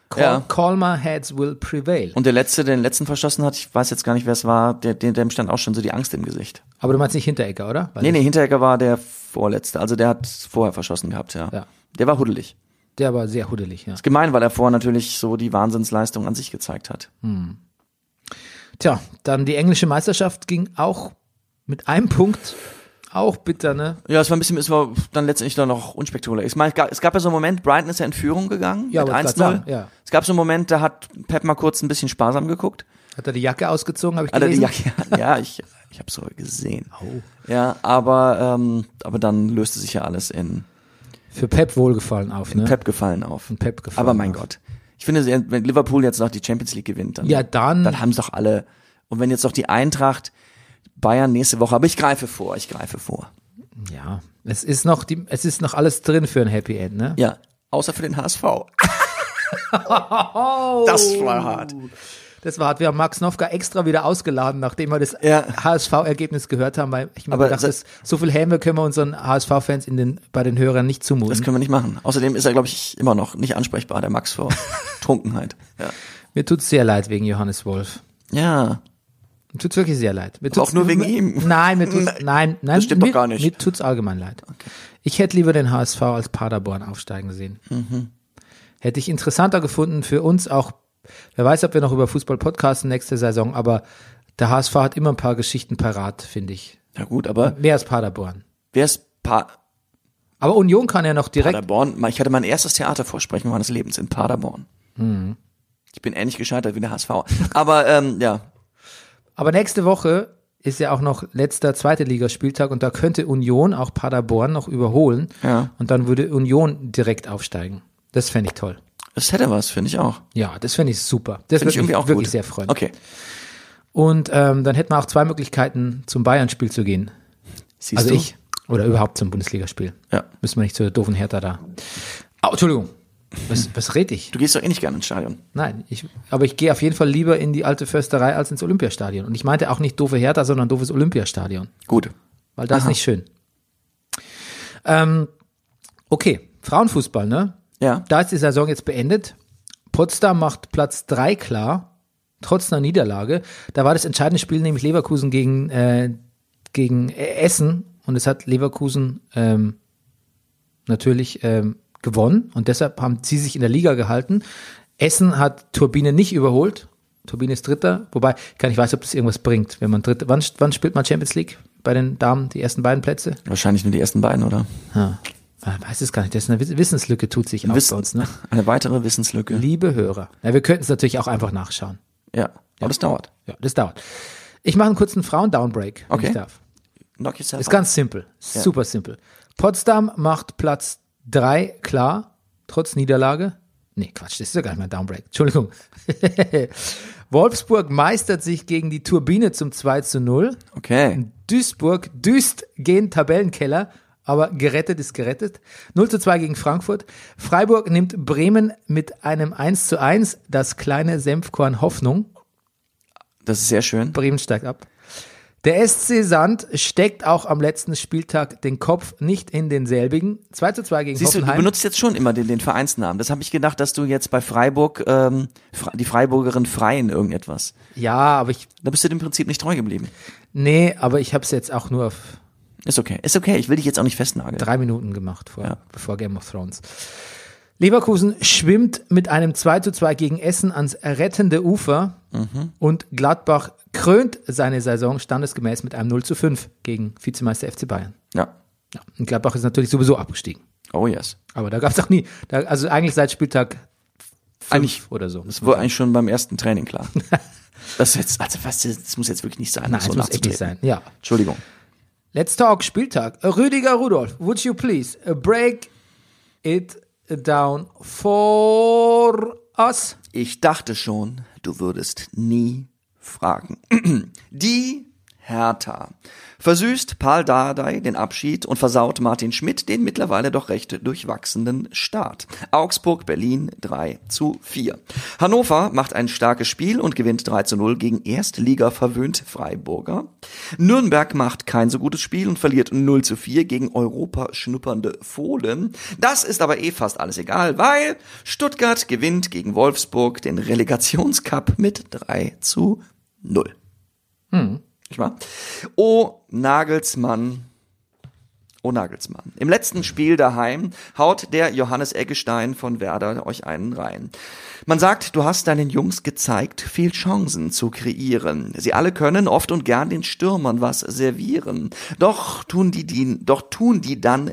Speaker 1: Call,
Speaker 2: Ja.
Speaker 1: Calmer heads will prevail.
Speaker 2: Und der letzte, der den letzten verschossen hat, ich weiß jetzt gar nicht, wer es war, der, der, dem stand auch schon so die Angst im Gesicht.
Speaker 1: Aber du meinst nicht Hinteregger, oder? Weil
Speaker 2: Nee, nee, Hinteregger war der Vorletzte. Also der hat vorher verschossen gehabt, ja.
Speaker 1: Ja.
Speaker 2: Der war huddelig.
Speaker 1: Der war sehr hudelig, ja.
Speaker 2: Ist gemein, weil er vorher natürlich so die Wahnsinnsleistung an sich gezeigt hat.
Speaker 1: Tja, dann die englische Meisterschaft ging auch mit einem Punkt auch bitter, ne?
Speaker 2: Ja, es war ein bisschen, es war dann letztendlich dann noch unspektakulär. Ich meine, es gab, es gab ja so einen Moment, Brighton ist ja in Führung gegangen
Speaker 1: Ja,
Speaker 2: mit
Speaker 1: wollte ich grad
Speaker 2: 1-0.
Speaker 1: sagen, ja.
Speaker 2: Es gab so einen Moment, da hat Pep mal kurz ein bisschen sparsam geguckt.
Speaker 1: Hat er die Jacke ausgezogen, habe ich
Speaker 2: Hat er die
Speaker 1: gelesen.
Speaker 2: Jacke, ja, ich, ich habe es gesehen. Ja, aber, ähm, aber dann löste sich ja alles in
Speaker 1: Für Pep wohlgefallen auf, ne?
Speaker 2: Pep gefallen auf.
Speaker 1: In Pep gefallen
Speaker 2: aber mein
Speaker 1: auf.
Speaker 2: Gott. Ich finde, wenn Liverpool jetzt noch die Champions League gewinnt, dann,
Speaker 1: Ja, dann-
Speaker 2: dann haben es doch alle. Und wenn jetzt noch die Eintracht Bayern nächste Woche. Aber ich greife vor, ich greife vor.
Speaker 1: Ja, es ist noch die, es ist noch alles drin für ein Happy End, ne?
Speaker 2: Ja, außer für den HSV. Das war hart.
Speaker 1: Das war hart. Wir haben Max Nowka extra wieder ausgeladen, nachdem wir das
Speaker 2: Ja.
Speaker 1: HSV-Ergebnis gehört haben. Weil ich mir
Speaker 2: Aber
Speaker 1: gedacht,
Speaker 2: so-
Speaker 1: das, so viel Häme können wir unseren HSV-Fans in den, bei den Hörern nicht
Speaker 2: Das
Speaker 1: zumuten.
Speaker 2: können wir nicht machen. Außerdem ist er, glaube ich, immer noch nicht ansprechbar, der Max vor Trunkenheit. Ja.
Speaker 1: Mir tut's sehr leid wegen Johannes Wolf.
Speaker 2: ja.
Speaker 1: Mir tut's wirklich sehr leid. Mir tut's
Speaker 2: auch nur wegen
Speaker 1: mir,
Speaker 2: ihm.
Speaker 1: Nein, mir tut's, nein, nein.
Speaker 2: das stimmt doch
Speaker 1: mir,
Speaker 2: gar nicht.
Speaker 1: Mir tut's allgemein leid. Ich hätte lieber den HSV als Paderborn aufsteigen sehen.
Speaker 2: Mhm.
Speaker 1: Hätte ich interessanter gefunden für uns auch. Wer weiß, ob wir noch über Fußball podcasten nächste Saison, aber der HSV hat immer ein paar Geschichten parat, finde ich.
Speaker 2: Ja gut, aber
Speaker 1: Mehr als Paderborn.
Speaker 2: wer ist pa
Speaker 1: Aber Union kann ja noch direkt.
Speaker 2: Paderborn? Ich hatte mein erstes Theatervorsprechen meines Lebens in Paderborn.
Speaker 1: Mhm.
Speaker 2: Ich bin ähnlich gescheitert wie der HSV. Aber ähm, ja,
Speaker 1: Aber nächste Woche ist ja auch noch letzter zweite Ligaspieltag und da könnte Union auch Paderborn noch überholen.
Speaker 2: Ja.
Speaker 1: Und dann würde Union direkt aufsteigen. Das fände ich toll.
Speaker 2: das hätte was, finde ich auch.
Speaker 1: Ja, das fände ich super. Das
Speaker 2: Finde
Speaker 1: würde
Speaker 2: ich irgendwie
Speaker 1: mich
Speaker 2: auch
Speaker 1: wirklich
Speaker 2: gut.
Speaker 1: sehr freuen.
Speaker 2: Okay,
Speaker 1: Und ähm, dann hätten wir auch zwei Möglichkeiten, zum Bayern-Spiel zu gehen.
Speaker 2: siehst
Speaker 1: also
Speaker 2: du?
Speaker 1: ich. Oder überhaupt zum Bundesligaspiel.
Speaker 2: Ja.
Speaker 1: Müssen wir nicht zur doofen Hertha da. Oh, Entschuldigung. Was, was rede ich?
Speaker 2: Du gehst doch eh nicht gerne ins Stadion.
Speaker 1: Nein, ich, aber ich gehe auf jeden Fall lieber in die alte Försterei als ins Olympiastadion. Und ich meinte auch nicht doofe Hertha, sondern doofes Olympiastadion.
Speaker 2: Gut.
Speaker 1: Weil das ist nicht schön. Ähm, okay, Frauenfußball, ne?
Speaker 2: Ja.
Speaker 1: Da ist die Saison jetzt beendet. Potsdam macht Platz drei klar, trotz einer Niederlage. Da war das entscheidende Spiel nämlich Leverkusen gegen, äh, gegen äh, Essen und es hat Leverkusen ähm, natürlich ähm, gewonnen und deshalb haben sie sich in der Liga gehalten. Essen hat Turbine nicht überholt. Turbine ist Dritter, wobei ich gar nicht weiß, ob das irgendwas bringt, wenn man Dritter. Wann, wann spielt man Champions League bei den Damen die ersten beiden Plätze?
Speaker 2: Wahrscheinlich nur die ersten beiden, oder?
Speaker 1: Ja. Ah, weiß es gar nicht. Das ist eine Wiss- Wissenslücke, tut sich auf bei uns. Ne?
Speaker 2: Eine weitere Wissenslücke.
Speaker 1: Liebe Hörer. Ja, wir könnten es natürlich auch einfach nachschauen.
Speaker 2: Ja. Aber das dauert.
Speaker 1: Ja, das dauert. Ich mache einen kurzen Frauen-Downbreak, wenn
Speaker 2: Okay.
Speaker 1: ich darf.
Speaker 2: Knock yourself
Speaker 1: Ist
Speaker 2: out.
Speaker 1: ganz simpel. Super simpel. Potsdam macht Platz drei klar, trotz Niederlage. Nee, Quatsch, das ist ja gar nicht mein Downbreak. Entschuldigung. Wolfsburg meistert sich gegen die Turbine zum 2 zu 0.
Speaker 2: Okay.
Speaker 1: Duisburg düst gegen Tabellenkeller, aber gerettet ist gerettet. 0 zu 2 gegen Frankfurt. Freiburg nimmt Bremen mit einem 1 zu 1, das kleine Senfkorn Hoffnung.
Speaker 2: Das ist sehr schön.
Speaker 1: Bremen steigt ab. Der SC Sand steckt auch am letzten Spieltag den Kopf nicht in denselbigen. 2 zu 2 gegen
Speaker 2: Siehst du, du
Speaker 1: Hoffenheim.
Speaker 2: benutzt jetzt schon immer den, den Vereinsnamen. Das habe ich gedacht, dass du jetzt bei Freiburg ähm, Fre- die Freiburgerin freien irgendetwas.
Speaker 1: ja, aber ich
Speaker 2: Da bist du dem Prinzip nicht treu geblieben.
Speaker 1: nee, aber ich habe es jetzt auch nur auf
Speaker 2: Ist okay, ist okay. Ich will dich jetzt auch nicht festnageln.
Speaker 1: drei Minuten gemacht, vor,
Speaker 2: Ja.
Speaker 1: bevor Game of Thrones. Leverkusen schwimmt mit einem 2 zu 2 gegen Essen ans rettende Ufer
Speaker 2: Mhm.
Speaker 1: und Gladbach krönt seine Saison standesgemäß mit einem 0 zu 5 gegen Vizemeister FC Bayern.
Speaker 2: Ja.
Speaker 1: Ja. Und Gladbach ist natürlich sowieso abgestiegen.
Speaker 2: Oh yes.
Speaker 1: Aber da gab es auch nie, da, also eigentlich seit Spieltag
Speaker 2: Eigentlich
Speaker 1: fünf oder so.
Speaker 2: Das war eigentlich schon beim ersten Training klar. das ist jetzt, also was, das muss jetzt wirklich nicht sein.
Speaker 1: Nein,
Speaker 2: so
Speaker 1: es muss eklig sein.
Speaker 2: nachzutreten.
Speaker 1: Ja.
Speaker 2: Entschuldigung.
Speaker 1: Let's talk Spieltag. Rüdiger Rudolf, would you please break it down for us?
Speaker 2: Ich dachte schon, du würdest nie fragen. Die Hertha. Versüßt Paul Dardai den Abschied und versaut Martin Schmidt den mittlerweile doch recht durchwachsenden Start. Augsburg, Berlin 3 zu 4. Hannover macht ein starkes Spiel und gewinnt 3 zu 0 gegen Erstliga verwöhnt Freiburger. Nürnberg macht kein so gutes Spiel und verliert 0 zu 4 gegen Europa schnuppernde Fohlen. Das ist aber eh fast alles egal, weil Stuttgart gewinnt gegen Wolfsburg den Relegationscup mit 3 zu 0. Nicht wahr? Oh, Nagelsmann. Oh, Nagelsmann. Im letzten Spiel daheim haut der Johannes Eggestein von Werder euch einen rein. Man sagt, du hast deinen Jungs gezeigt, viel Chancen zu kreieren. Sie alle können oft und gern den Stürmern was servieren. Doch tun die, die doch tun die dann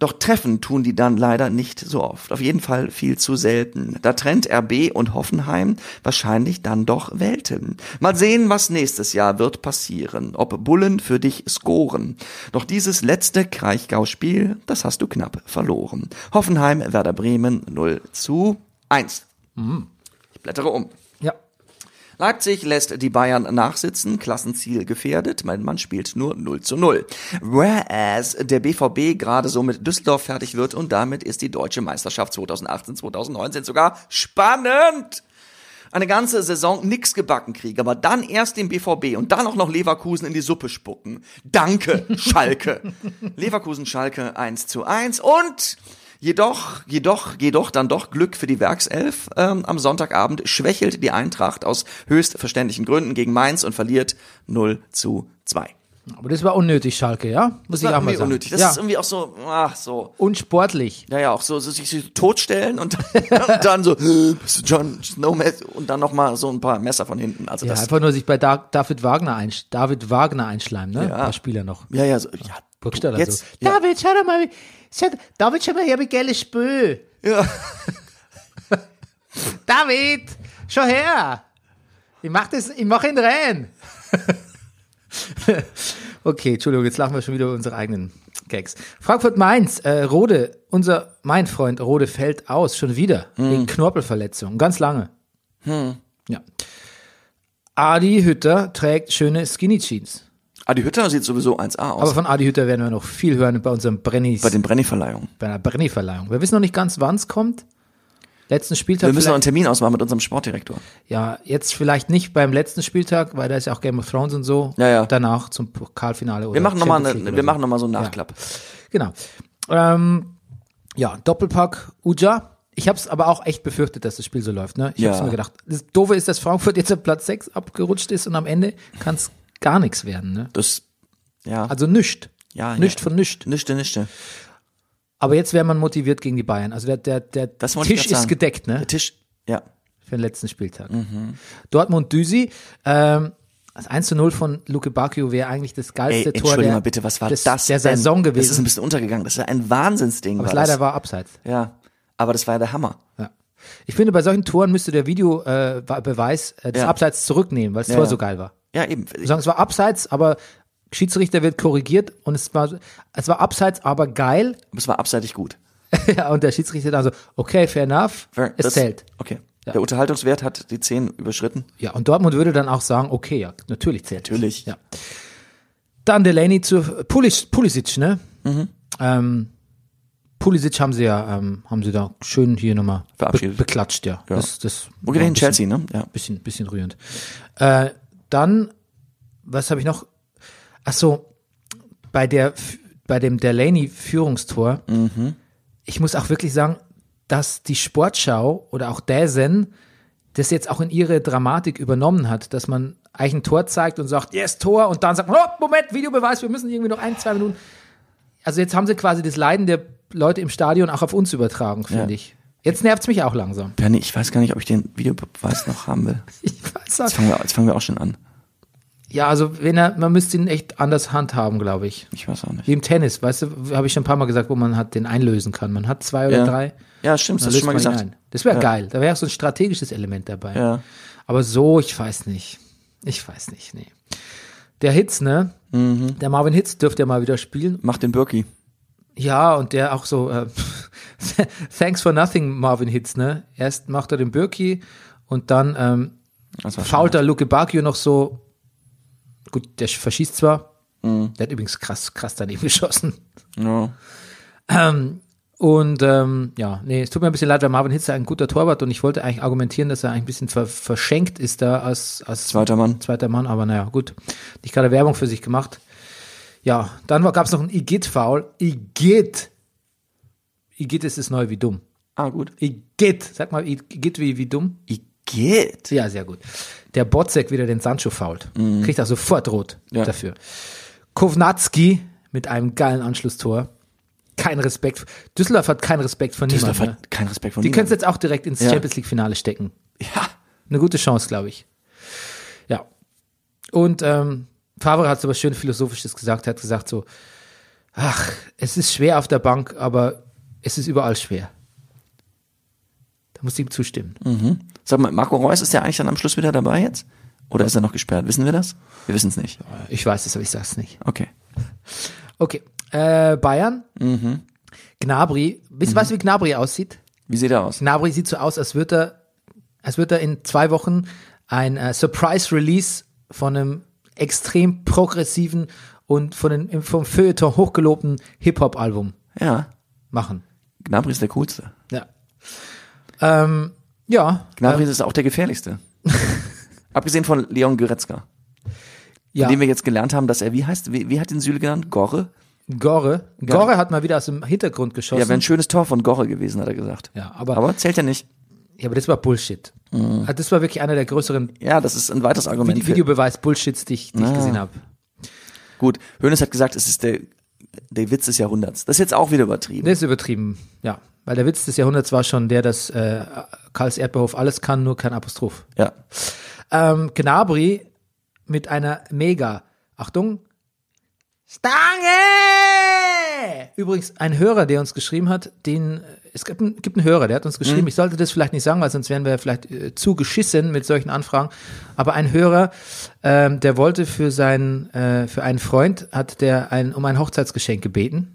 Speaker 2: doch treffen tun die dann leider nicht so oft. Auf jeden Fall viel zu selten. Da trennt RB und Hoffenheim wahrscheinlich dann doch Welten. Mal sehen, was nächstes Jahr wird passieren. Ob Bullen für dich scoren. Doch dieses letzte Kraichgau-Spiel, das hast du knapp verloren. Hoffenheim, Werder Bremen 0 zu 1. Ich blättere um.
Speaker 1: Ja.
Speaker 2: Leipzig lässt die Bayern nachsitzen, Klassenziel gefährdet. Mein Mann spielt nur 0 zu 0. Whereas der BVB gerade so mit Düsseldorf fertig wird und damit ist die deutsche Meisterschaft 2018, 2019 sogar spannend eine ganze Saison nix gebacken kriege, aber dann erst den BVB und dann auch noch Leverkusen in die Suppe spucken. Danke, Schalke. Leverkusen, Schalke 1 zu 1 und jedoch, jedoch, jedoch dann doch Glück für die Werkself. Ähm, am Sonntagabend schwächelt die Eintracht aus höchst verständlichen Gründen gegen Mainz und verliert 0 zu 2.
Speaker 1: Aber das war unnötig, Schalke, ja? Muss ich
Speaker 2: Das
Speaker 1: auch mal
Speaker 2: irgendwie
Speaker 1: sagen.
Speaker 2: unnötig. Das
Speaker 1: ja.
Speaker 2: ist irgendwie auch so, ach so.
Speaker 1: unsportlich.
Speaker 2: Ja, ja, auch so, so sich so totstellen und dann, und dann so, bist du John Snowman und dann nochmal so ein paar Messer von hinten. Also
Speaker 1: Ja,
Speaker 2: das,
Speaker 1: einfach nur sich bei Da- David Wagner, einsch David Wagner einschleimen, ne? Ein paar Spieler noch.
Speaker 2: ja, ja, so, ja.
Speaker 1: Burgstaller
Speaker 2: Jetzt,
Speaker 1: so.
Speaker 2: ja.
Speaker 1: David, schau doch mal, wie- schau, David, schau mal her, wie geile Spö.
Speaker 2: Ja.
Speaker 1: David, schau her. Ich mach das, ich mach ihn rein. okay, Entschuldigung, jetzt lachen wir schon wieder über unsere eigenen Gags. Frankfurt-Mainz, äh, Rode, unser, mein Freund Rode fällt aus, schon wieder,
Speaker 2: Hm.
Speaker 1: wegen Knorpelverletzung, ganz lange. Ja. Adi Hütter trägt schöne Skinny Jeans.
Speaker 2: Ah, die Hütter sieht sowieso 1A aus.
Speaker 1: Aber von Adi Hütter werden wir noch viel hören bei unserem Brennis,
Speaker 2: bei
Speaker 1: bei,
Speaker 2: den Brenny-Verleihungen.
Speaker 1: der Brenny-Verleihung. Wir wissen noch nicht ganz, wann es kommt. Letzten Spieltag.
Speaker 2: Wir müssen noch einen
Speaker 1: vielleicht,
Speaker 2: Termin ausmachen mit unserem Sportdirektor.
Speaker 1: ja, jetzt vielleicht nicht beim letzten Spieltag, weil da ist ja auch Game of Thrones und so.
Speaker 2: Ja, ja.
Speaker 1: Danach zum Pokalfinale. Oder
Speaker 2: Wir machen nochmal
Speaker 1: Champions League
Speaker 2: eine,
Speaker 1: oder
Speaker 2: wir
Speaker 1: so.
Speaker 2: machen noch mal so einen Nachklapp.
Speaker 1: Genau. Ähm, ja, Doppelpack Uja. Ich habe es aber auch echt befürchtet, dass das Spiel so läuft. Ne? Ich
Speaker 2: Ja.
Speaker 1: habe mir gedacht. Das Doofe ist, dass Frankfurt jetzt auf Platz 6 abgerutscht ist und am Ende kann es gar nichts werden. Ne?
Speaker 2: Das, ja.
Speaker 1: Also nüscht.
Speaker 2: ja,
Speaker 1: Nüscht
Speaker 2: ja.
Speaker 1: von nüscht.
Speaker 2: Nischte, nischte.
Speaker 1: Aber jetzt wäre man motiviert gegen die Bayern. Also der, der, der
Speaker 2: Das wollte ich
Speaker 1: Tisch
Speaker 2: grad
Speaker 1: ist
Speaker 2: sagen.
Speaker 1: gedeckt, ne?
Speaker 2: Der Tisch, ja.
Speaker 1: Für den letzten Spieltag.
Speaker 2: Mhm.
Speaker 1: Dortmund Düsi, ähm, das 1 zu 0 von Luke Bacchio wäre eigentlich das
Speaker 2: Ey,
Speaker 1: geilste Tor
Speaker 2: entschuldige
Speaker 1: der,
Speaker 2: mal bitte, was war
Speaker 1: des,
Speaker 2: das
Speaker 1: der
Speaker 2: denn?
Speaker 1: Saison
Speaker 2: Das ist ein
Speaker 1: gewesen.
Speaker 2: bisschen untergegangen. Das ist ein Wahnsinnsding.
Speaker 1: Aber es
Speaker 2: war
Speaker 1: leider war abseits.
Speaker 2: das. Ja, aber das war ja der Hammer.
Speaker 1: Ja. Ich finde, bei solchen Toren müsste der Videobeweis äh, Beweis, äh, das
Speaker 2: Ja.
Speaker 1: Abseits zurücknehmen, weil das Tor
Speaker 2: ja.
Speaker 1: so geil war.
Speaker 2: Ja, eben.
Speaker 1: Wir sagen, es war Abseits, aber Schiedsrichter wird korrigiert und es war, es war Abseits, aber geil.
Speaker 2: Es war abseitig gut.
Speaker 1: ja, und der Schiedsrichter dann so, okay, fair enough,
Speaker 2: Ver-
Speaker 1: es
Speaker 2: das-
Speaker 1: zählt.
Speaker 2: Okay.
Speaker 1: Ja.
Speaker 2: Der Unterhaltungswert hat die 10 überschritten.
Speaker 1: Ja, und Dortmund würde dann auch sagen, okay, ja, natürlich zählt. es.
Speaker 2: Natürlich.
Speaker 1: Ja. Dann Delaney zu Pulis, Pulisic, ne?
Speaker 2: Mhm.
Speaker 1: Ähm, Pulisic haben sie ja, ähm, haben sie da schön hier nochmal be
Speaker 2: Verabschiedet.
Speaker 1: beklatscht, ja. Das, das
Speaker 2: Wo geht
Speaker 1: war
Speaker 2: er
Speaker 1: ein
Speaker 2: hin? Chelsea, ne? Ja.
Speaker 1: Bisschen, bisschen, bisschen rührend. Äh, dann, was habe ich noch? Ach so, bei der, F- bei dem Delaney-Führungstor,
Speaker 2: Mhm.
Speaker 1: ich muss auch wirklich sagen, dass die Sportschau oder auch Dazen das jetzt auch in ihre Dramatik übernommen hat, dass man eigentlich ein Tor zeigt und sagt, yes, Tor, und dann sagt man, oh, Moment, Videobeweis, wir müssen irgendwie noch ein, zwei Minuten. Also jetzt haben sie quasi das Leiden der Leute im Stadion auch auf uns übertragen, finde
Speaker 2: Ja.
Speaker 1: ich. Jetzt nervt es mich auch langsam.
Speaker 2: Bernie, ich weiß gar nicht, ob ich den Videobeweis noch haben will.
Speaker 1: Ich weiß
Speaker 2: Jetzt
Speaker 1: nicht.
Speaker 2: fangen wir, jetzt fangen wir auch schon an.
Speaker 1: Ja, also wenn er, man müsste ihn echt anders handhaben, glaube ich.
Speaker 2: Ich weiß auch nicht.
Speaker 1: Wie im Tennis, weißt du, habe ich schon ein paar Mal gesagt, wo man hat den einlösen kann. Man hat zwei oder
Speaker 2: ja.
Speaker 1: drei.
Speaker 2: Ja, stimmt,
Speaker 1: dann
Speaker 2: das hast du
Speaker 1: löst
Speaker 2: schon mal
Speaker 1: man ihn
Speaker 2: gesagt.
Speaker 1: ein. Das wäre geil. Da wäre auch so ein strategisches Element dabei.
Speaker 2: Ja.
Speaker 1: Aber so, ich weiß nicht. Ich weiß nicht, nee. Der Hitz, ne?
Speaker 2: Mhm.
Speaker 1: Der Marvin Hitz dürfte ja mal wieder spielen.
Speaker 2: Mach den Birki.
Speaker 1: Ja, und der auch so, äh, thanks for nothing, Marvin Hitz, ne? Erst macht er den Birki und dann ähm,
Speaker 2: Also
Speaker 1: fault da Luke Bacchio noch so. Gut, der verschießt zwar. Der hat übrigens krass, krass daneben geschossen.
Speaker 2: Ja.
Speaker 1: Und ähm, ja, nee, es tut mir ein bisschen leid, weil Marvin Hitze ein guter Torwart und ich wollte eigentlich argumentieren, dass er eigentlich ein bisschen ver verschenkt ist da als, als
Speaker 2: Zweiter Mann.
Speaker 1: zweiter Mann, aber naja, gut. Nicht gerade Werbung für sich gemacht. Ja, dann gab es noch einen Igitt-Foul. Igitt. Igitt ist es neu wie dumm.
Speaker 2: Ah, gut.
Speaker 1: Igitt. Sag mal, Igitt wie, wie dumm.
Speaker 2: Igitt.
Speaker 1: Ja, sehr gut. Der Botzek wieder den Sancho fault. Kriegt auch sofort rot
Speaker 2: Mhm. Ja.
Speaker 1: dafür. Kovnatski mit einem geilen Anschlusstor. Kein Respekt. Düsseldorf hat keinen Respekt von
Speaker 2: Düsseldorf
Speaker 1: niemandem. Ne?
Speaker 2: hat keinen Respekt vor
Speaker 1: Die können es jetzt
Speaker 2: niemandem.
Speaker 1: auch direkt ins
Speaker 2: Ja.
Speaker 1: Champions League Finale stecken.
Speaker 2: Ja.
Speaker 1: Eine gute Chance, glaube ich. Ja. Und ähm, Favre hat so was schön Philosophisches gesagt. Er hat gesagt so, ach, es ist schwer auf der Bank, aber es ist überall schwer. Da muss ich ihm zustimmen.
Speaker 2: Mhm. Sag mal, Marco Reus ist ja eigentlich dann am Schluss wieder dabei jetzt? Oder ist er noch gesperrt? Wissen wir das? Wir wissen es nicht.
Speaker 1: Ich weiß es, aber ich sag's nicht.
Speaker 2: Okay.
Speaker 1: Okay. Äh, Bayern. Gnabry. Wisst, Weißt du, wie Gnabry aussieht?
Speaker 2: Wie sieht er aus?
Speaker 1: Gnabry sieht so aus, als würde er, als würde er in zwei Wochen ein äh, Surprise Release von einem extrem progressiven und von den, vom Feuilleton hochgelobten Hip-Hop-Album
Speaker 2: Ja,
Speaker 1: machen.
Speaker 2: Gnabry ist der coolste.
Speaker 1: Ja. Ähm, ja,
Speaker 2: Gnabry ist auch der gefährlichste. Abgesehen von Leon Goretzka,
Speaker 1: ja.
Speaker 2: von dem wir jetzt gelernt haben, dass er, wie heißt, wie, wie hat den Süle genannt? Gore?
Speaker 1: Gore. Gore hat mal wieder aus dem Hintergrund geschossen.
Speaker 2: Ja, wäre ein schönes Tor von Gore gewesen, hat er gesagt.
Speaker 1: Ja, aber-
Speaker 2: aber zählt ja nicht.
Speaker 1: Ja, aber das war Bullshit. Ah, Das war wirklich einer der größeren
Speaker 2: Ja, das ist ein weiteres Argument. für-
Speaker 1: Videobeweis-Bullshits, die ich, die ich gesehen habe.
Speaker 2: Gut, Hönes hat gesagt, es ist der, der Witz des Jahrhunderts. Das ist jetzt auch wieder übertrieben.
Speaker 1: Das ist übertrieben, ja. Weil der Witz des Jahrhunderts war schon der, dass äh, Karls Erdbeerhof alles kann, nur kein Apostroph.
Speaker 2: Ja.
Speaker 1: Ähm, Gnabry mit einer mega, Achtung, Stange! Übrigens, ein Hörer, der uns geschrieben hat, den, äh, es gibt, einen- gibt einen Hörer, der hat uns geschrieben, ich sollte das vielleicht nicht sagen, weil sonst wären wir vielleicht äh, zu geschissen mit solchen Anfragen, aber ein Hörer, ähm, der wollte für seinen, äh, für einen Freund, hat der ein, um ein Hochzeitsgeschenk gebeten.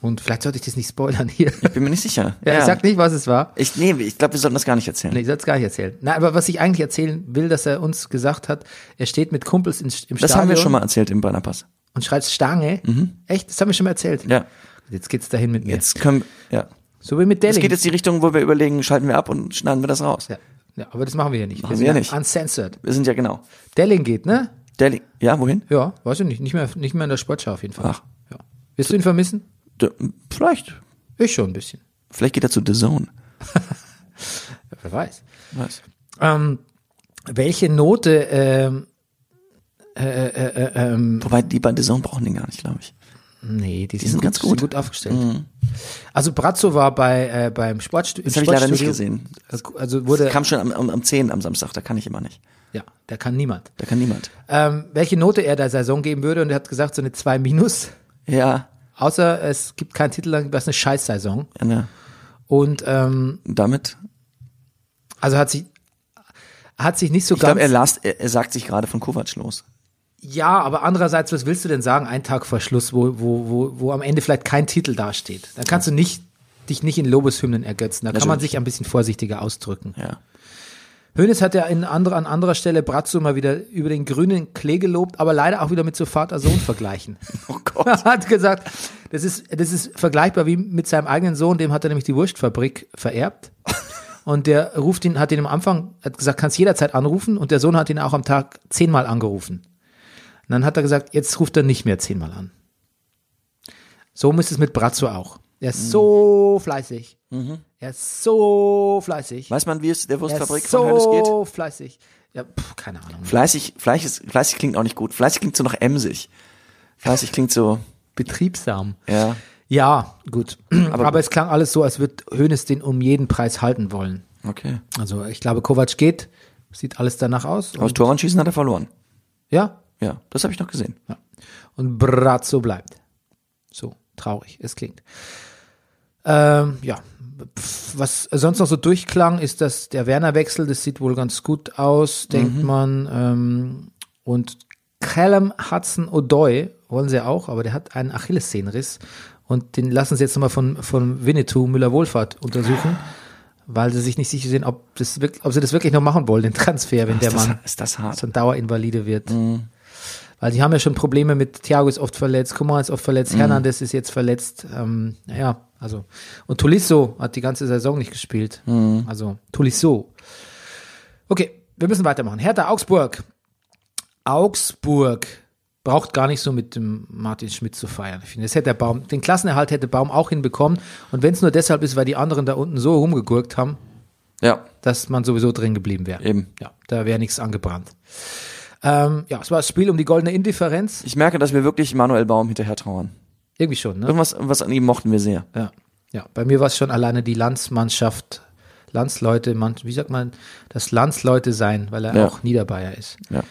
Speaker 1: Und vielleicht sollte ich das nicht spoilern hier.
Speaker 2: Ich bin mir nicht sicher.
Speaker 1: Ja, ich sag nicht, was es war.
Speaker 2: Ich, nee, ich glaube, wir sollten das gar nicht erzählen.
Speaker 1: Nee, ich soll es gar nicht erzählen. Na, aber was ich eigentlich erzählen will, dass er uns gesagt hat, er steht mit Kumpels in, im
Speaker 2: das
Speaker 1: Stadion
Speaker 2: haben wir schon mal erzählt im Brennerpass.
Speaker 1: und schreit Stange. Echt? Das haben wir schon mal erzählt.
Speaker 2: Ja.
Speaker 1: Jetzt geht's dahin mit mir.
Speaker 2: Jetzt können, ja.
Speaker 1: So wie mit
Speaker 2: Es
Speaker 1: Delling.
Speaker 2: geht jetzt die Richtung, wo wir überlegen, schalten wir ab und schneiden wir das raus.
Speaker 1: ja. ja, aber das machen wir hier nicht.
Speaker 2: Machen wir
Speaker 1: sind
Speaker 2: nicht.
Speaker 1: ja Uncensored.
Speaker 2: Wir sind ja genau.
Speaker 1: Delling geht, ne?
Speaker 2: Delhi. Ja, wohin?
Speaker 1: Ja, weiß ich nicht. Nicht mehr, nicht mehr in der Sportschau auf jeden Fall.
Speaker 2: Ach.
Speaker 1: Ja. Willst du ihn vermissen?
Speaker 2: D vielleicht.
Speaker 1: Ich schon ein bisschen.
Speaker 2: Vielleicht geht er zu The Zone.
Speaker 1: Wer weiß.
Speaker 2: Was?
Speaker 1: Ähm, welche Note, ähm,
Speaker 2: Wobei, die bei The Zone brauchen den gar nicht, glaube ich.
Speaker 1: nee, die, sind,
Speaker 2: sind
Speaker 1: gut,
Speaker 2: ganz gut. Mhm.
Speaker 1: Sind gut aufgestellt. Also Brazzo war bei, äh, beim Sportstu
Speaker 2: Das habe ich leider nicht
Speaker 1: Sportstudio-
Speaker 2: gesehen.
Speaker 1: Also wurde,
Speaker 2: Das kam schon am, am, am 10 am Samstag, da kann ich immer nicht.
Speaker 1: ja, da kann niemand.
Speaker 2: Da kann niemand.
Speaker 1: Ähm, welche Note er der Saison geben würde und er hat gesagt, so eine 2 minus.
Speaker 2: Ja,
Speaker 1: Außer es gibt keinen Titel, dann war es eine Scheißsaison.
Speaker 2: ja, ne.
Speaker 1: Und ähm,
Speaker 2: damit.
Speaker 1: also hat sich hat sich nicht so
Speaker 2: Ich
Speaker 1: ganz.
Speaker 2: glaube, er, las- er, er sagt sich gerade von Kovac los.
Speaker 1: ja, aber andererseits, was willst du denn sagen? Ein Tag vor Schluss, wo wo wo, wo am Ende vielleicht kein Titel dasteht, dann kannst du nicht dich nicht in Lobeshymnen ergötzen. Da kann man
Speaker 2: Natürlich.
Speaker 1: sich ein bisschen vorsichtiger ausdrücken.
Speaker 2: Ja.
Speaker 1: Hönes hat ja in andere, an anderer Stelle Bratzo mal wieder über den grünen Klee gelobt, aber leider auch wieder mit so Vater-Sohn-Vergleichen.
Speaker 2: Oh Gott.
Speaker 1: Er hat gesagt, das ist, das ist vergleichbar wie mit seinem eigenen Sohn, dem hat er nämlich die Wurstfabrik vererbt. Und der ruft ihn, hat ihn am Anfang, hat gesagt, kannst jederzeit anrufen. Und der Sohn hat ihn auch am Tag zehnmal angerufen. Und dann hat er gesagt, jetzt ruft er nicht mehr zehnmal an. So ist es mit Brazzo auch. Er
Speaker 2: Mhm.
Speaker 1: ist so fleißig. Er ist so fleißig.
Speaker 2: Weiß man, wie es der
Speaker 1: Er
Speaker 2: Wurstfabrik
Speaker 1: ist
Speaker 2: von Hönes geht?
Speaker 1: so fleißig. Ja, pff, keine Ahnung.
Speaker 2: Fleißig, Fleisch ist, fleißig klingt auch nicht gut. Fleißig klingt so nach emsig. Fleißig klingt so,
Speaker 1: Betriebsam.
Speaker 2: ja.
Speaker 1: Ja, gut. Aber,
Speaker 2: Aber-
Speaker 1: es klang alles so, als würde Hönes den um jeden Preis halten wollen.
Speaker 2: Okay.
Speaker 1: Also ich glaube, Kovac geht. Sieht alles danach aus.
Speaker 2: Aus Torwandschießen hat er verloren.
Speaker 1: ja.
Speaker 2: Ja, das habe ich noch gesehen.
Speaker 1: ja. Und Brazzo bleibt. So traurig, es klingt. Ähm, ja. Pff, Was sonst noch so durchklang, ist, dass der Werner-Wechsel, das sieht wohl ganz gut aus, denkt man. Ähm, und Callum Hudson O'Doy wollen sie auch, aber der hat einen Achillessehnenriss. Und den lassen sie jetzt nochmal von, von Winnetou Müller-Wohlfahrt untersuchen, weil sie sich nicht sicher sind, ob, das, wirk- ob sie das wirklich noch machen wollen, den Transfer, wenn der
Speaker 2: ist, das,
Speaker 1: Mann
Speaker 2: ist das
Speaker 1: so
Speaker 2: hart.
Speaker 1: ein Dauerinvalide wird. Weil die haben ja schon Probleme mit Thiago ist oft verletzt, Kummer ist oft verletzt, Hernandez ist jetzt verletzt. Ähm, naja, also. Und Tolisso hat die ganze Saison nicht gespielt. Also Tolisso. Okay, wir müssen weitermachen. Hertha Augsburg. Augsburg braucht gar nicht so mit dem Martin Schmidt zu feiern. Ich finde, das hätte der Baum, den Klassenerhalt hätte Baum auch hinbekommen. Und wenn es nur deshalb ist, weil die anderen da unten so rumgegurkt haben,
Speaker 2: Ja,
Speaker 1: dass man sowieso drin geblieben wäre.
Speaker 2: Eben.
Speaker 1: Ja, da wäre nichts angebrannt. Ähm, ja, es war das Spiel um die goldene Indifferenz.
Speaker 2: ich merke, dass wir wirklich Manuel Baum hinterher trauern.
Speaker 1: Irgendwie schon, ne?
Speaker 2: Irgendwas, was an ihm mochten wir sehr.
Speaker 1: Ja. ja. Bei mir war es schon alleine die Landsmannschaft, Landsleute, man, wie sagt man, das Landsleute sein, weil er
Speaker 2: Ja.
Speaker 1: auch Niederbayer ist.
Speaker 2: Ja.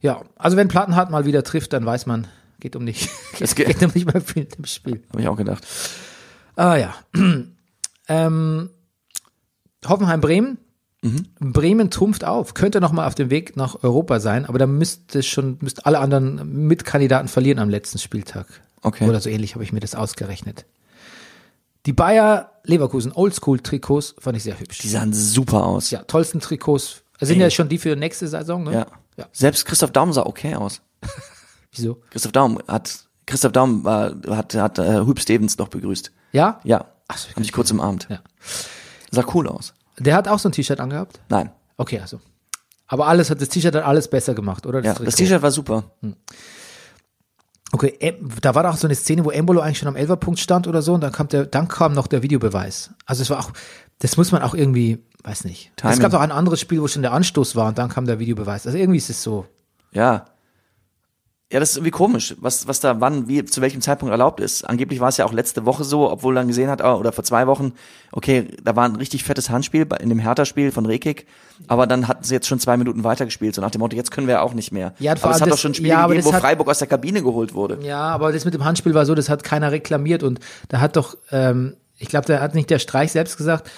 Speaker 1: Ja, also wenn Plattenhardt mal wieder trifft, dann weiß man, geht um nicht,
Speaker 2: Es
Speaker 1: geht,
Speaker 2: geht-
Speaker 1: um nicht mehr viel im Spiel.
Speaker 2: Habe ich auch gedacht.
Speaker 1: Ah ja. ähm, Hoffenheim-Bremen.
Speaker 2: Mhm.
Speaker 1: Bremen trumpft auf, könnte nochmal auf dem Weg nach Europa sein, aber da müsste schon, müsste alle anderen Mitkandidaten verlieren am letzten Spieltag.
Speaker 2: Okay.
Speaker 1: Oder so ähnlich habe ich mir das ausgerechnet. Die Bayer Leverkusen Oldschool-Trikots fand ich sehr hübsch.
Speaker 2: Die sahen super aus.
Speaker 1: ja, tollsten Trikots Das sind ja schon die für nächste Saison, ne?
Speaker 2: Ja. Selbst Christoph Daum sah okay aus.
Speaker 1: Wieso?
Speaker 2: Christoph Daum hat, Christoph Daum war, hat, hat äh, Hüb Stevens noch begrüßt.
Speaker 1: Ja?
Speaker 2: Ja.
Speaker 1: Ach so,
Speaker 2: Hab ich kurz umarmt.
Speaker 1: Ja.
Speaker 2: Sah cool aus.
Speaker 1: Der hat auch so ein T-Shirt angehabt?
Speaker 2: Nein.
Speaker 1: Okay, also. Aber alles hat, das T-Shirt hat alles besser gemacht, oder?
Speaker 2: Ja,
Speaker 1: Trikot.
Speaker 2: das T-Shirt war super.
Speaker 1: Okay, Em- da war doch so eine Szene, wo Embolo eigentlich schon am Elferpunkt stand oder so und dann kam der, dann kam noch der Videobeweis. Also es war auch, das muss man auch irgendwie, weiß nicht. Es
Speaker 2: Timing.
Speaker 1: gab doch ein anderes Spiel, wo schon der Anstoß war und dann kam der Videobeweis. Also irgendwie ist es so.
Speaker 2: Ja. Ja, das ist irgendwie komisch, was, was da wann, wie, zu welchem Zeitpunkt erlaubt ist. Angeblich war es ja auch letzte Woche so, obwohl dann gesehen hat, ah, oder vor zwei Wochen, okay, da war ein richtig fettes Handspiel bei- in dem Hertha-Spiel von Rekik, aber dann hatten sie jetzt schon zwei Minuten weitergespielt, so nach dem Motto, jetzt können wir auch nicht mehr.
Speaker 1: Ja, vor
Speaker 2: aber
Speaker 1: allem
Speaker 2: es hat doch
Speaker 1: das-
Speaker 2: schon ein Spiel
Speaker 1: ja, aber
Speaker 2: gegeben,
Speaker 1: das
Speaker 2: wo
Speaker 1: hat-
Speaker 2: Freiburg aus der Kabine geholt wurde.
Speaker 1: Ja, aber das mit dem Handspiel war so, das hat keiner reklamiert und da hat doch, ähm, ich glaube, da hat nicht der Streich selbst gesagt,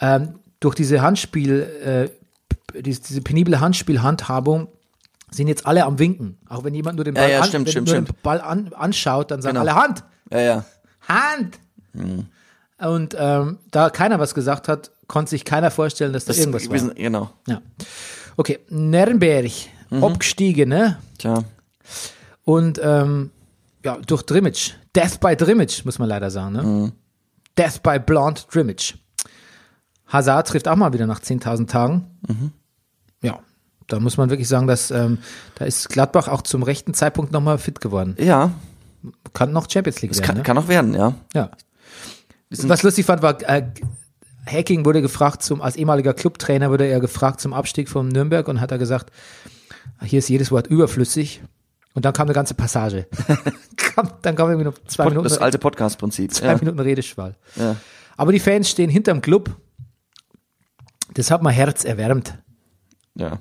Speaker 1: ähm, durch diese Handspiel, äh, diese, diese penible Handspielhandhabung sind jetzt alle am Winken. Auch wenn jemand nur den
Speaker 2: Ja,
Speaker 1: Ball,
Speaker 2: ja,
Speaker 1: an,
Speaker 2: stimmt,
Speaker 1: wenn
Speaker 2: stimmt,
Speaker 1: nur Den
Speaker 2: stimmt.
Speaker 1: Ball an, anschaut, dann sagen
Speaker 2: Genau.
Speaker 1: alle Hand.
Speaker 2: Ja, ja.
Speaker 1: Hand!
Speaker 2: Mhm.
Speaker 1: Und ähm, da keiner was gesagt hat, konnte sich keiner vorstellen, dass da
Speaker 2: Das
Speaker 1: irgendwas
Speaker 2: wir
Speaker 1: war.
Speaker 2: sind, genau.
Speaker 1: Ja. Okay, Nürnberg,
Speaker 2: Mhm.
Speaker 1: abgestiegen, ne?
Speaker 2: Tja.
Speaker 1: Und ähm, ja, durch Drimmitsch. Death by Drimmitsch, muss man leider sagen, ne?
Speaker 2: Mhm.
Speaker 1: Death by Blonde Drimmitsch. Hazard trifft auch mal wieder nach 10.000 Tagen.
Speaker 2: Mhm.
Speaker 1: Ja, da muss man wirklich sagen, dass ähm, da ist Gladbach auch zum rechten Zeitpunkt nochmal fit geworden.
Speaker 2: Ja,
Speaker 1: Kann noch Champions League
Speaker 2: das
Speaker 1: werden,
Speaker 2: kann,
Speaker 1: ne?
Speaker 2: kann auch werden, ja.
Speaker 1: Ja. Was lustig fand, war, äh, Hacking wurde gefragt zum, als ehemaliger Clubtrainer wurde er gefragt zum Abstieg von Nürnberg und hat er gesagt, hier ist jedes Wort überflüssig. Und dann kam eine ganze Passage. kam, dann kam irgendwie noch zwei
Speaker 2: Pod,
Speaker 1: Minuten,
Speaker 2: das alte Podcast-Prinzip.
Speaker 1: zwei
Speaker 2: Ja.
Speaker 1: Minuten Redeschwall.
Speaker 2: Ja.
Speaker 1: Aber die Fans stehen hinterm Club. Das hat mein Herz erwärmt.
Speaker 2: ja.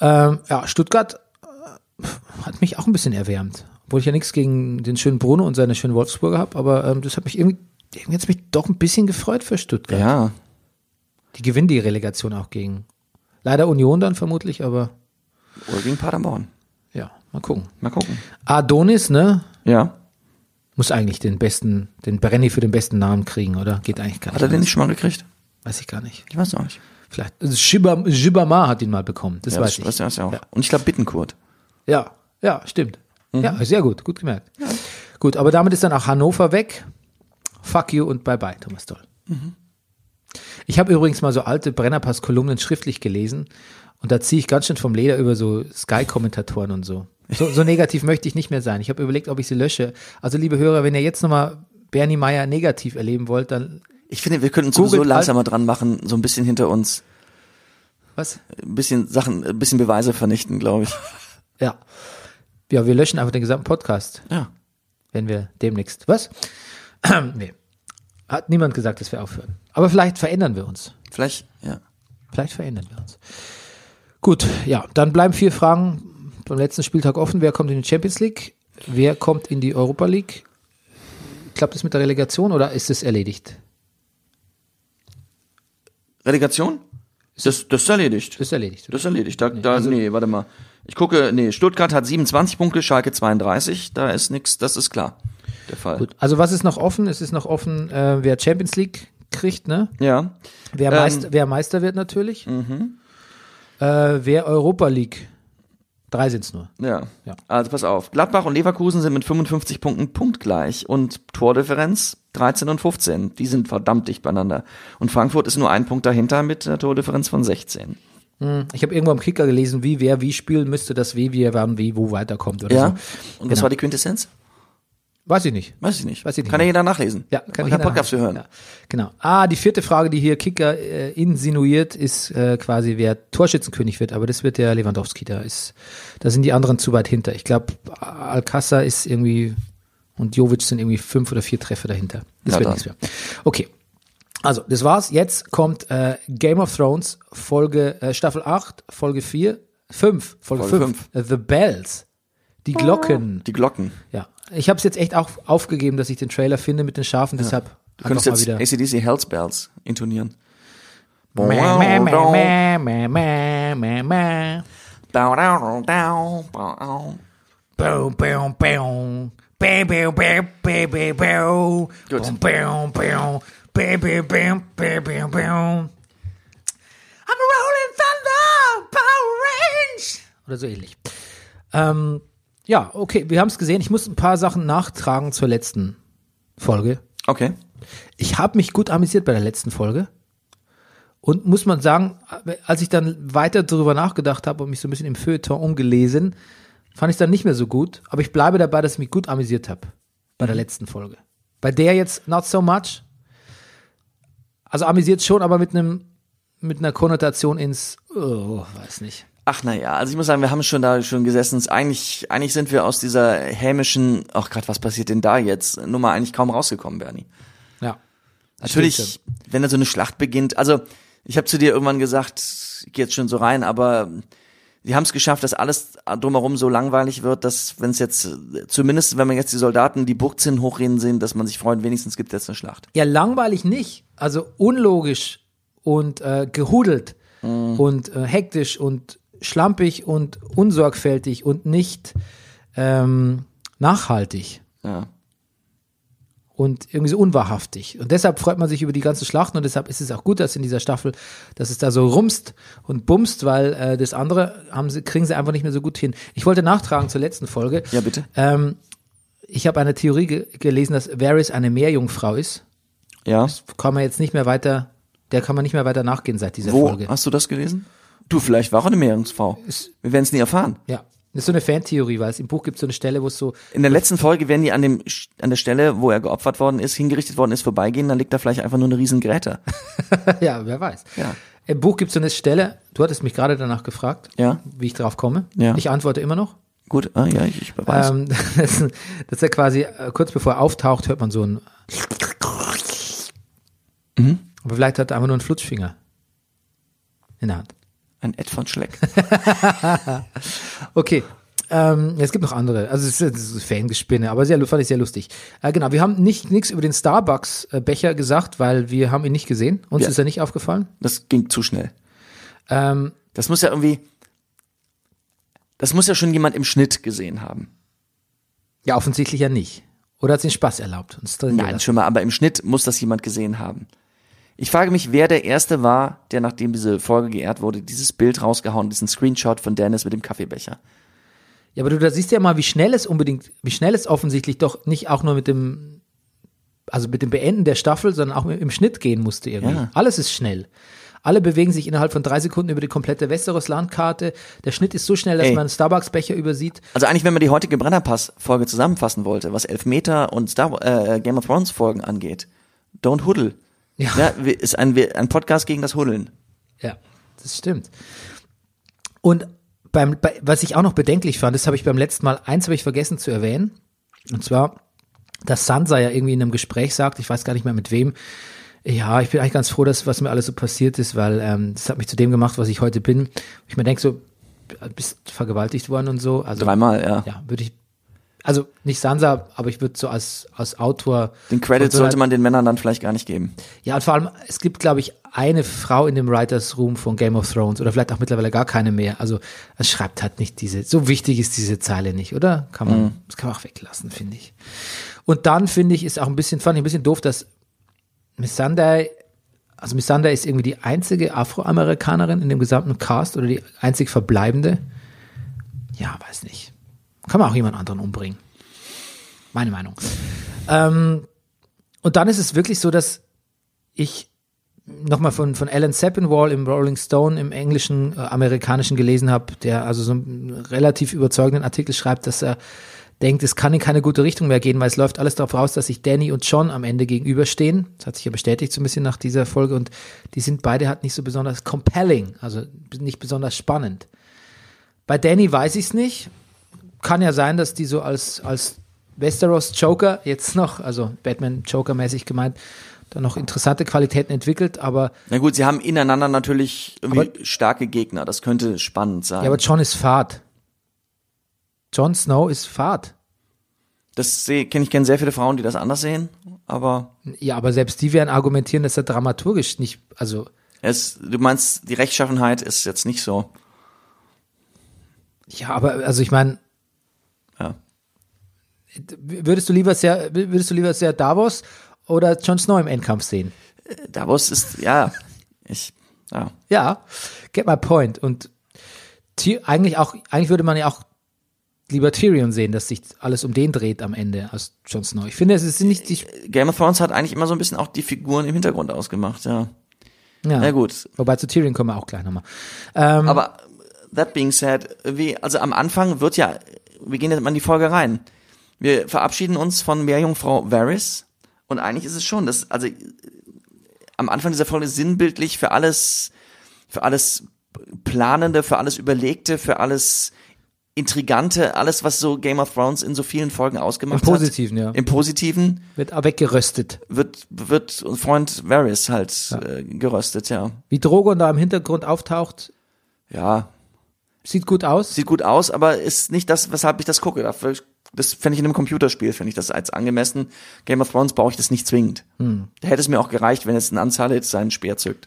Speaker 1: Ähm, ja, Stuttgart äh, hat mich auch ein bisschen erwärmt. Obwohl ich ja nichts gegen den schönen Bruno und seine schönen Wolfsburger habe, aber ähm, das hat mich irgendwie, irgendwie hat's mich doch ein bisschen gefreut für Stuttgart.
Speaker 2: Ja.
Speaker 1: Die gewinnen die Relegation auch gegen. Leider Union dann vermutlich, aber
Speaker 2: Oder gegen Paderborn.
Speaker 1: ja, mal gucken.
Speaker 2: Mal gucken.
Speaker 1: Adonis, ne?
Speaker 2: Ja.
Speaker 1: Muss eigentlich den besten, den Brenny für den besten Namen kriegen, oder? Geht eigentlich gar
Speaker 2: Hat
Speaker 1: nicht.
Speaker 2: er den nicht schon mal gekriegt?
Speaker 1: Weiß ich gar nicht.
Speaker 2: Ich weiß noch nicht.
Speaker 1: Vielleicht. also Shibam, Shibama hat ihn mal bekommen, das
Speaker 2: Ja,
Speaker 1: weiß
Speaker 2: das,
Speaker 1: ich.
Speaker 2: das, das ja auch.
Speaker 1: Ja.
Speaker 2: Und ich glaube Bittenkurt.
Speaker 1: Ja, ja, stimmt. Ja, sehr gut, gut gemerkt. Gut, aber damit ist dann auch Hannover weg. Fuck you und bye bye, Thomas Doll. Ich habe übrigens mal so alte Brennerpass-Kolumnen schriftlich gelesen und da ziehe ich ganz schön vom Leder über so Sky-Kommentatoren und so. so. So negativ möchte ich nicht mehr sein. Ich habe überlegt, ob ich sie lösche. Also, liebe Hörer, wenn ihr jetzt nochmal Bernie Meyer negativ erleben wollt, dann
Speaker 2: Ich finde, wir könnten
Speaker 1: Googelt
Speaker 2: sowieso
Speaker 1: al-
Speaker 2: langsamer dran machen, so ein bisschen hinter uns,
Speaker 1: was?
Speaker 2: ein bisschen Sachen, ein bisschen Beweise vernichten, glaube ich.
Speaker 1: Ja. Ja, wir löschen einfach den gesamten Podcast.
Speaker 2: Ja.
Speaker 1: wenn wir demnächst. Was? nee. Hat niemand gesagt, dass wir aufhören. Aber vielleicht verändern wir uns.
Speaker 2: Vielleicht, ja.
Speaker 1: Vielleicht verändern wir uns. Gut, ja, dann bleiben vier Fragen vom letzten Spieltag offen. Wer kommt in die Champions League? Wer kommt in die Europa League? Klappt es mit der Relegation oder ist es erledigt?
Speaker 2: Relegation? Das, das ist erledigt.
Speaker 1: Ist erledigt.
Speaker 2: Das ist erledigt. Da, da, nee, also- warte mal. Ich gucke, nee, Stuttgart hat 27 Punkte, Schalke 32. Da ist nix, das ist klar. Der Fall.
Speaker 1: Gut. Also was ist noch offen? Es ist noch offen, äh, wer Champions League kriegt, ne?
Speaker 2: Ja.
Speaker 1: Wer,
Speaker 2: Ähm.
Speaker 1: Meister, wer Meister wird natürlich. Äh, wer Europa League? Drei sind es nur.
Speaker 2: Ja.
Speaker 1: Ja.
Speaker 2: Also pass auf. Gladbach und Leverkusen sind mit 55 Punkten punktgleich und Tordifferenz 13 und 15. Die sind verdammt dicht beieinander. Und Frankfurt ist nur ein Punkt dahinter mit einer Tordifferenz von 16.
Speaker 1: Ich habe irgendwo am Kicker gelesen, wie wer wie spielen müsste, dass wie wir wann wie wo weiterkommt oder
Speaker 2: Ja.
Speaker 1: so.
Speaker 2: Und was war die Quintessenz?
Speaker 1: Weiß ich nicht.
Speaker 2: Weiß ich nicht.
Speaker 1: Weiß ich nicht
Speaker 2: Kann ja
Speaker 1: mehr.
Speaker 2: jeder nachlesen.
Speaker 1: Hm. Ja, kann
Speaker 2: ich
Speaker 1: ich
Speaker 2: Podcast zu hören.
Speaker 1: Ja, genau. Ah, die vierte Frage, die hier Kicker äh, insinuiert, ist äh, quasi, wer Torschützenkönig wird. Aber das wird der Lewandowski. Da ist, da sind die anderen zu weit hinter. Ich glaube, Alcázar ist irgendwie und Jovic sind irgendwie fünf oder vier Treffer dahinter. Das
Speaker 2: Na
Speaker 1: wird
Speaker 2: dann.
Speaker 1: nichts mehr. Okay. Also, das war's. Jetzt kommt äh, Game of Thrones, Folge, äh, Staffel 8, Folge 4, 5, Folge,
Speaker 2: Folge
Speaker 1: 5. The Bells. Die Glocken.
Speaker 2: Die Glocken.
Speaker 1: Ja. Ich habe es jetzt echt auch aufgegeben, dass ich den Trailer finde mit den Schafen, deshalb
Speaker 2: Du könntest
Speaker 1: einfach
Speaker 2: jetzt
Speaker 1: mal wieder.
Speaker 2: ACDC Hells Bells intonieren.
Speaker 1: Mäh, mäh, mäh, mäh, mäh, mäh, mäh. Boom, boom, boom. Bam, bam, bam, bam, bam, bam.
Speaker 2: Gut.
Speaker 1: Boom, bam, bam. Bam, bam, bam, bam, bam, bam. I'm a rolling thunder. oder so ähnlich. Ähm, ja, okay, wir haben es gesehen. Ich muss ein paar Sachen nachtragen zur letzten Folge.
Speaker 2: Okay.
Speaker 1: Ich habe mich gut amüsiert bei der letzten Folge. Und muss man sagen, als ich dann weiter darüber nachgedacht habe und mich so ein bisschen im Feuilleton umgelesen, fand ich es dann nicht mehr so gut. Aber ich bleibe dabei, dass ich mich gut amüsiert habe bei der letzten Folge. Bei der jetzt not so much. Also amüsiert schon, aber mit einem mit einer Konnotation ins, oh, weiß nicht.
Speaker 2: Ach naja, also ich muss sagen, wir haben schon da schon gesessen. Es ist Eigentlich, eigentlich sind wir aus dieser hämischen, ach Gott, was passiert denn da jetzt? Nummer eigentlich kaum rausgekommen, Bernie.
Speaker 1: Ja.
Speaker 2: Natürlich, wenn da so eine Schlacht beginnt, also ich habe zu dir irgendwann gesagt, ich gehe jetzt schon so rein, aber die haben es geschafft, dass alles drumherum so langweilig wird, dass wenn es jetzt, zumindest wenn man jetzt die Soldaten die Burgzinnen hochrennen sehen, dass man sich freut, wenigstens gibt jetzt eine Schlacht.
Speaker 1: Ja, langweilig nicht. Also unlogisch und äh, gehudelt
Speaker 2: Mhm.
Speaker 1: und äh, hektisch und schlampig und unsorgfältig und nicht ähm, nachhaltig
Speaker 2: Ja.
Speaker 1: und irgendwie so unwahrhaftig. Und deshalb freut man sich über die ganze Schlacht und deshalb ist es auch gut, dass in dieser Staffel, dass es da so rumst und bumst, weil äh, das andere haben sie, kriegen sie einfach nicht mehr so gut hin. Ich wollte nachtragen zur letzten Folge.
Speaker 2: Ja, bitte.
Speaker 1: Ähm, ich habe eine Theorie ge gelesen, dass Varys eine Meerjungfrau ist.
Speaker 2: Ja.
Speaker 1: Kann man jetzt nicht mehr weiter, der kann man nicht mehr weiter nachgehen seit dieser
Speaker 2: Wo Ah.
Speaker 1: Folge.
Speaker 2: hast du das gelesen? Du, vielleicht war auch eine Meerjungsfrau. Wir werden es nie erfahren.
Speaker 1: Ja. Das ist so eine Fantheorie, weil es im Buch gibt so eine Stelle, wo es so,
Speaker 2: In der letzten Folge werden die an dem Sch- an der Stelle, wo er geopfert worden ist, hingerichtet worden ist, vorbeigehen, dann liegt da vielleicht einfach nur eine riesen Gräte.
Speaker 1: ja, wer weiß.
Speaker 2: Ja.
Speaker 1: Im Buch gibt es so eine Stelle, du hattest mich gerade danach gefragt,
Speaker 2: Ja.
Speaker 1: wie ich drauf komme.
Speaker 2: Ja.
Speaker 1: Ich antworte immer noch.
Speaker 2: Gut, ah, ja, ich, ich beweise.
Speaker 1: Ähm, das ist ja quasi, äh, kurz bevor er auftaucht, hört man so ein.
Speaker 2: Mhm.
Speaker 1: Aber vielleicht hat er einfach nur einen Flutschfinger in der Hand.
Speaker 2: Ein Ed von Schleck.
Speaker 1: Okay. Ähm, es gibt noch andere. Also es ist, es ist Fangespinne, aber sehr, lu- fand ich sehr lustig. Äh, genau, wir haben nicht nichts über den Starbucks-Becher gesagt, weil wir haben ihn nicht gesehen. Uns
Speaker 2: Ja.
Speaker 1: ist er nicht aufgefallen.
Speaker 2: Das ging zu schnell.
Speaker 1: Ähm,
Speaker 2: Das muss ja irgendwie. Das muss ja schon jemand im Schnitt gesehen haben.
Speaker 1: ja, offensichtlich ja nicht. Oder hat es den Spaß erlaubt? Uns drin
Speaker 2: Nein,
Speaker 1: gelassen.
Speaker 2: schon mal, aber im Schnitt muss das jemand gesehen haben. Ich frage mich, wer der Erste war, der nachdem diese Folge geehrt wurde, dieses Bild rausgehauen, diesen Screenshot von Dennis mit dem Kaffeebecher.
Speaker 1: Ja, aber du da siehst ja mal, wie schnell es unbedingt, wie schnell es offensichtlich doch nicht auch nur mit dem, also mit dem Beenden der Staffel, sondern auch im Schnitt gehen musste irgendwie.
Speaker 2: Ja.
Speaker 1: Alles ist schnell. Alle bewegen sich innerhalb von drei Sekunden über die komplette Westeros-Landkarte. Der Schnitt ist so schnell, dass
Speaker 2: Ey.
Speaker 1: man Starbucks-Becher übersieht.
Speaker 2: Also eigentlich, wenn man die heutige Brennerpass-Folge zusammenfassen wollte, was Elfmeter und Star äh, Game of Thrones-Folgen angeht, don't huddle.
Speaker 1: Ja.
Speaker 2: Ne, wir- ist ein, wir- ein Podcast gegen das Huddeln.
Speaker 1: Ja, das stimmt. Und beim, bei, was ich auch noch bedenklich fand, das habe ich beim letzten Mal, eins habe ich vergessen zu erwähnen. Und zwar, dass Sansa ja irgendwie in einem Gespräch sagt, ich weiß gar nicht mehr mit wem, ja, ich bin eigentlich ganz froh, dass was mir alles so passiert ist, weil ähm, das hat mich zu dem gemacht, was ich heute bin. Ich mir denke so, bist vergewaltigt worden und so. Also
Speaker 2: Dreimal, ja.
Speaker 1: ja, würde ich, also nicht Sansa, aber ich würde so als, als Autor
Speaker 2: Den Credit
Speaker 1: von so einer-
Speaker 2: sollte man den Männern dann vielleicht gar nicht geben.
Speaker 1: ja, und vor allem, es gibt, glaube ich, eine Frau in dem Writers Room von Game of Thrones oder vielleicht auch mittlerweile gar keine mehr. Also es schreibt halt nicht diese, so wichtig ist diese Zeile nicht, oder? Kann man, das kann man auch weglassen, finde ich. Und dann finde ich, ist auch ein bisschen, fand ich ein bisschen doof, dass Missandei, also Missandei ist irgendwie die einzige Afroamerikanerin in dem gesamten Cast oder die einzig verbleibende. Ja, weiß nicht. Kann man auch jemand anderen umbringen. Meine Meinung. Ähm, und dann ist es wirklich so, dass ich nochmal von, von Alan Sepinwall im Rolling Stone im englischen, äh, amerikanischen gelesen habe, der also so einen relativ überzeugenden Artikel schreibt, dass er denkt, es kann in keine gute Richtung mehr gehen, weil es läuft alles darauf raus, dass sich Danny und John am Ende gegenüberstehen. Das hat sich ja bestätigt so ein bisschen nach dieser Folge und die sind beide halt nicht so besonders compelling, also nicht besonders spannend. Bei Danny weiß ich es nicht. Kann ja sein, dass die so als, als Westeros Joker jetzt noch, also Batman Joker mäßig gemeint, da noch interessante Qualitäten entwickelt, aber,
Speaker 2: Na gut, sie haben ineinander natürlich irgendwie starke Gegner. Das könnte spannend sein.
Speaker 1: ja, aber John ist fad. Jon Snow ist fad.
Speaker 2: das sehe, kenn, ich kenne sehr viele Frauen, die das anders sehen, aber
Speaker 1: Ja, aber selbst die werden argumentieren, dass er dramaturgisch nicht, also
Speaker 2: es, du meinst, die Rechtschaffenheit ist jetzt nicht so.
Speaker 1: Ja, aber also ich meine,
Speaker 2: Ja.
Speaker 1: würdest du lieber sehr, würdest du lieber sehr Davos oder Jon Snow im Endkampf sehen?
Speaker 2: Davos ist, ja, ich, ja.
Speaker 1: Ja, get my point. Und Ty eigentlich auch, eigentlich würde man ja auch lieber Tyrion sehen, dass sich alles um den dreht am Ende als Jon Snow. Ich finde, es ist nicht, ich,
Speaker 2: Game of Thrones hat eigentlich immer so ein bisschen auch die Figuren im Hintergrund ausgemacht, ja.
Speaker 1: ja.
Speaker 2: Na gut.
Speaker 1: Wobei zu Tyrion kommen wir auch gleich nochmal. Ähm,
Speaker 2: Aber that being said, wie, also am Anfang wird ja, wir gehen jetzt mal in die Folge rein. Wir verabschieden uns von Meerjungfrau Varys und eigentlich ist es schon, das, also äh, am Anfang dieser Folge sinnbildlich für alles, für alles Planende, für alles Überlegte, für alles Intrigante, alles, was so Game of Thrones in so vielen Folgen ausgemacht
Speaker 1: Im Positiven, ja.
Speaker 2: hat. Im Positiven
Speaker 1: Wird auch weggeröstet.
Speaker 2: wird, wird Freund Varys halt äh, geröstet, ja.
Speaker 1: Wie Drogon da im Hintergrund auftaucht,
Speaker 2: Ja,
Speaker 1: sieht gut aus.
Speaker 2: sieht gut aus, aber ist nicht das, weshalb ich das gucke. Dafür- Das fände ich in einem Computerspiel, fände ich das als angemessen. Game of Thrones brauche ich das nicht zwingend.
Speaker 1: Hm.
Speaker 2: Da hätte es mir auch gereicht, wenn jetzt ein Anzahl seinen Speer zückt.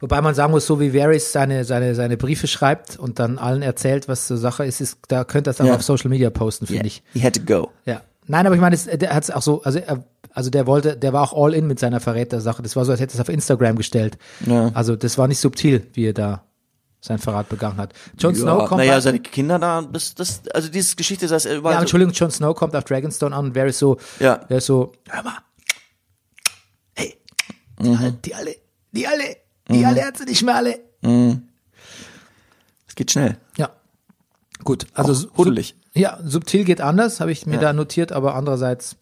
Speaker 1: Wobei man sagen muss, so wie Varys seine, seine, seine Briefe schreibt und dann allen erzählt, was zur Sache ist, ist da könnte das auch
Speaker 2: Ja.
Speaker 1: auf Social Media posten, finde ich.
Speaker 2: He had to go.
Speaker 1: Ja. Nein, aber ich meine, es, der hat es auch so, also, er, also der wollte, der war auch all in mit seiner Verrätersache. Das war so, als hätte er es auf Instagram gestellt.
Speaker 2: Ja.
Speaker 1: Also das war nicht subtil, wie er da seinen Verrat begangen hat. Jon Snow
Speaker 2: Ja,
Speaker 1: kommt.
Speaker 2: naja, also-
Speaker 1: bei-
Speaker 2: seine Kinder da, das, das, also diese Geschichte, dass er überall.
Speaker 1: ja,
Speaker 2: so-
Speaker 1: Entschuldigung, Jon Snow kommt auf Dragonstone an und wäre so,
Speaker 2: Ja.
Speaker 1: der ist so, hör mal, hey, die,
Speaker 2: Mhm.
Speaker 1: alle, die alle, die alle, die alle hat sie nicht mehr alle.
Speaker 2: Es geht schnell.
Speaker 1: Ja. Gut, also sub-
Speaker 2: huddelig.
Speaker 1: Ja, subtil geht anders, habe ich mir da notiert, aber andererseits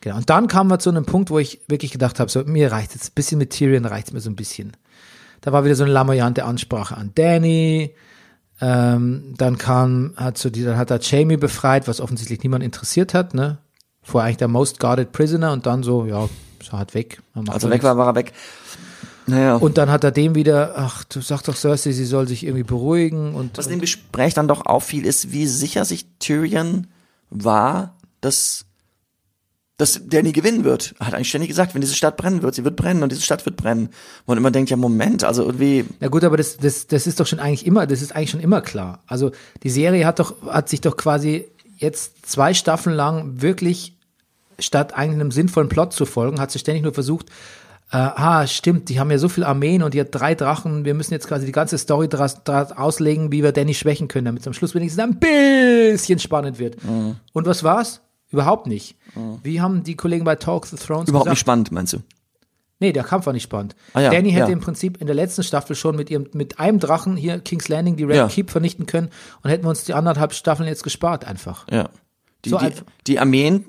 Speaker 1: genau. Und dann kamen wir zu einem Punkt, wo ich wirklich gedacht habe, so mir reicht jetzt ein bisschen mit Tyrion reicht's mir so ein bisschen. Da war wieder so eine lamoyante Ansprache an Danny. Ähm, dann kam hat so die, dann hat er Jamie befreit, was offensichtlich niemand interessiert hat, ne? Vorher eigentlich der most guarded prisoner und dann so, ja, ist er halt weg. Man macht
Speaker 2: Also
Speaker 1: doch
Speaker 2: weg
Speaker 1: nichts.
Speaker 2: war, war er weg. Naja.
Speaker 1: Und dann hat er dem wieder, ach, du sagst doch Cersei, sie soll sich irgendwie beruhigen und
Speaker 2: Was in dem Gespräch dann doch auffiel, ist, wie sicher sich Tyrion war, dass, dass Danny gewinnen wird. Er hat eigentlich ständig gesagt, wenn diese Stadt brennen wird, sie wird brennen und diese Stadt wird brennen. Wo man immer denkt, ja Moment, also irgendwie,
Speaker 1: Na gut, aber das, das, das ist doch schon eigentlich immer, das ist eigentlich schon immer klar. Also die Serie hat doch, hat sich doch quasi jetzt zwei Staffeln lang wirklich, statt eigentlich einem sinnvollen Plot zu folgen, hat sie ständig nur versucht, äh, ah, stimmt, die haben ja so viel Armeen und die hat drei Drachen, wir müssen jetzt quasi die ganze Story draus, draus auslegen, wie wir Danny schwächen können, damit es am Schluss wenigstens ein bisschen spannend wird.
Speaker 2: Mhm.
Speaker 1: Und was war's? Überhaupt nicht. Wie haben die Kollegen bei Talk the Thrones
Speaker 2: überhaupt
Speaker 1: gesagt?
Speaker 2: nicht spannend, meinst du?
Speaker 1: Nee, der Kampf war nicht spannend.
Speaker 2: Ah ja,
Speaker 1: Danny hätte
Speaker 2: ja.
Speaker 1: im Prinzip in der letzten Staffel schon mit ihrem mit einem Drachen hier King's Landing die Red
Speaker 2: Ja.
Speaker 1: Keep vernichten können und hätten wir uns die anderthalb Staffeln jetzt gespart einfach.
Speaker 2: Ja. Die,
Speaker 1: So
Speaker 2: die,
Speaker 1: einfach.
Speaker 2: die Armeen,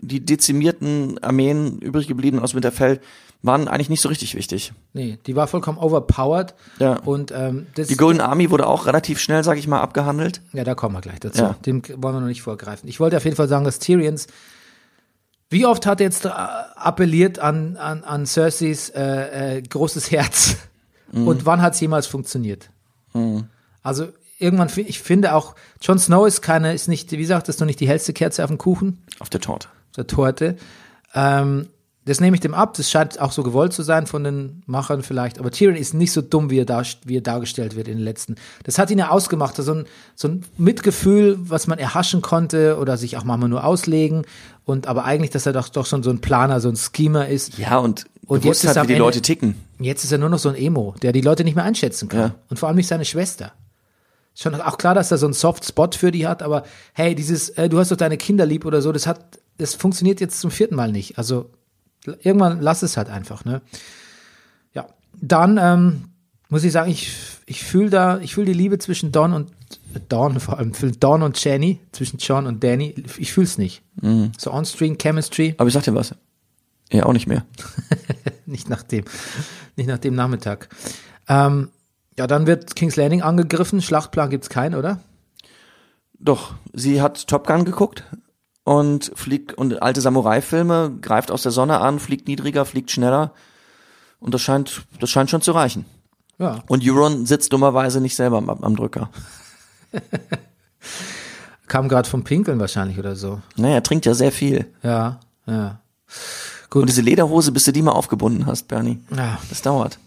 Speaker 2: die dezimierten Armeen übrig geblieben aus Winterfell, waren eigentlich nicht so richtig wichtig.
Speaker 1: Nee, die war vollkommen overpowered
Speaker 2: Ja.
Speaker 1: und ähm, das
Speaker 2: Die Golden Army wurde auch relativ schnell, sag ich mal, abgehandelt.
Speaker 1: ja, da kommen wir gleich dazu.
Speaker 2: Ja.
Speaker 1: Dem wollen wir noch nicht vorgreifen. Ich wollte auf jeden Fall sagen, dass Tyrions wie oft hat er jetzt äh, appelliert an an an Cerseys äh, äh, großes Herz und wann hat es jemals funktioniert? Also irgendwann fi- ich finde auch Jon Snow ist keine ist nicht wie sagtest du nicht die hellste Kerze auf dem Kuchen
Speaker 2: Auf der Torte.
Speaker 1: der Torte. Ähm, das nehme ich dem ab. Das scheint auch so gewollt zu sein von den Machern vielleicht. Aber Tyrion ist nicht so dumm, wie er, dar wie er dargestellt wird in den letzten. Das hat ihn ja ausgemacht. So ein, so ein Mitgefühl, was man erhaschen konnte oder sich auch manchmal nur auslegen. Und aber eigentlich, dass er doch, doch schon so ein Planer, so ein Schemer ist.
Speaker 2: Ja, und,
Speaker 1: Und
Speaker 2: gewusst
Speaker 1: jetzt ist
Speaker 2: hat,
Speaker 1: am
Speaker 2: wie die
Speaker 1: Ende-
Speaker 2: Leute ticken.
Speaker 1: Jetzt ist er nur noch so ein Emo, der die Leute nicht mehr einschätzen kann.
Speaker 2: Ja.
Speaker 1: Und vor allem nicht seine Schwester. Ist Schon auch klar, dass er so einen Soft-Spot für die hat, aber hey, dieses, äh, du hast doch deine Kinder lieb oder so, das hat, das funktioniert jetzt zum vierten Mal nicht. Also l- irgendwann lass es halt einfach, ne? Ja. Dann ähm, muss ich sagen, ich, ich fühle da, ich fühle die Liebe zwischen Don und äh, Don vor allem, für Don und Jenny, zwischen John und Danny, ich fühle es nicht. So on-screen Chemistry,
Speaker 2: Aber ich sag dir was. Ja, auch nicht mehr.
Speaker 1: nicht nach dem, nicht nach dem Nachmittag. Ähm, ja, dann wird King's Landing angegriffen. Schlachtplan gibt's keinen, oder?
Speaker 2: Doch, sie hat Top Gun geguckt und fliegt und alte Samurai-Filme, greift aus der Sonne an, fliegt niedriger, fliegt schneller. Und das scheint, das scheint schon zu reichen.
Speaker 1: Ja.
Speaker 2: Und Euron sitzt dummerweise nicht selber am, am Drücker.
Speaker 1: Kam gerade vom Pinkeln wahrscheinlich oder so.
Speaker 2: Naja, er trinkt ja sehr viel.
Speaker 1: Ja, ja.
Speaker 2: Und diese Lederhose, bis du die mal aufgebunden hast, Bernie.
Speaker 1: ja.
Speaker 2: Das dauert.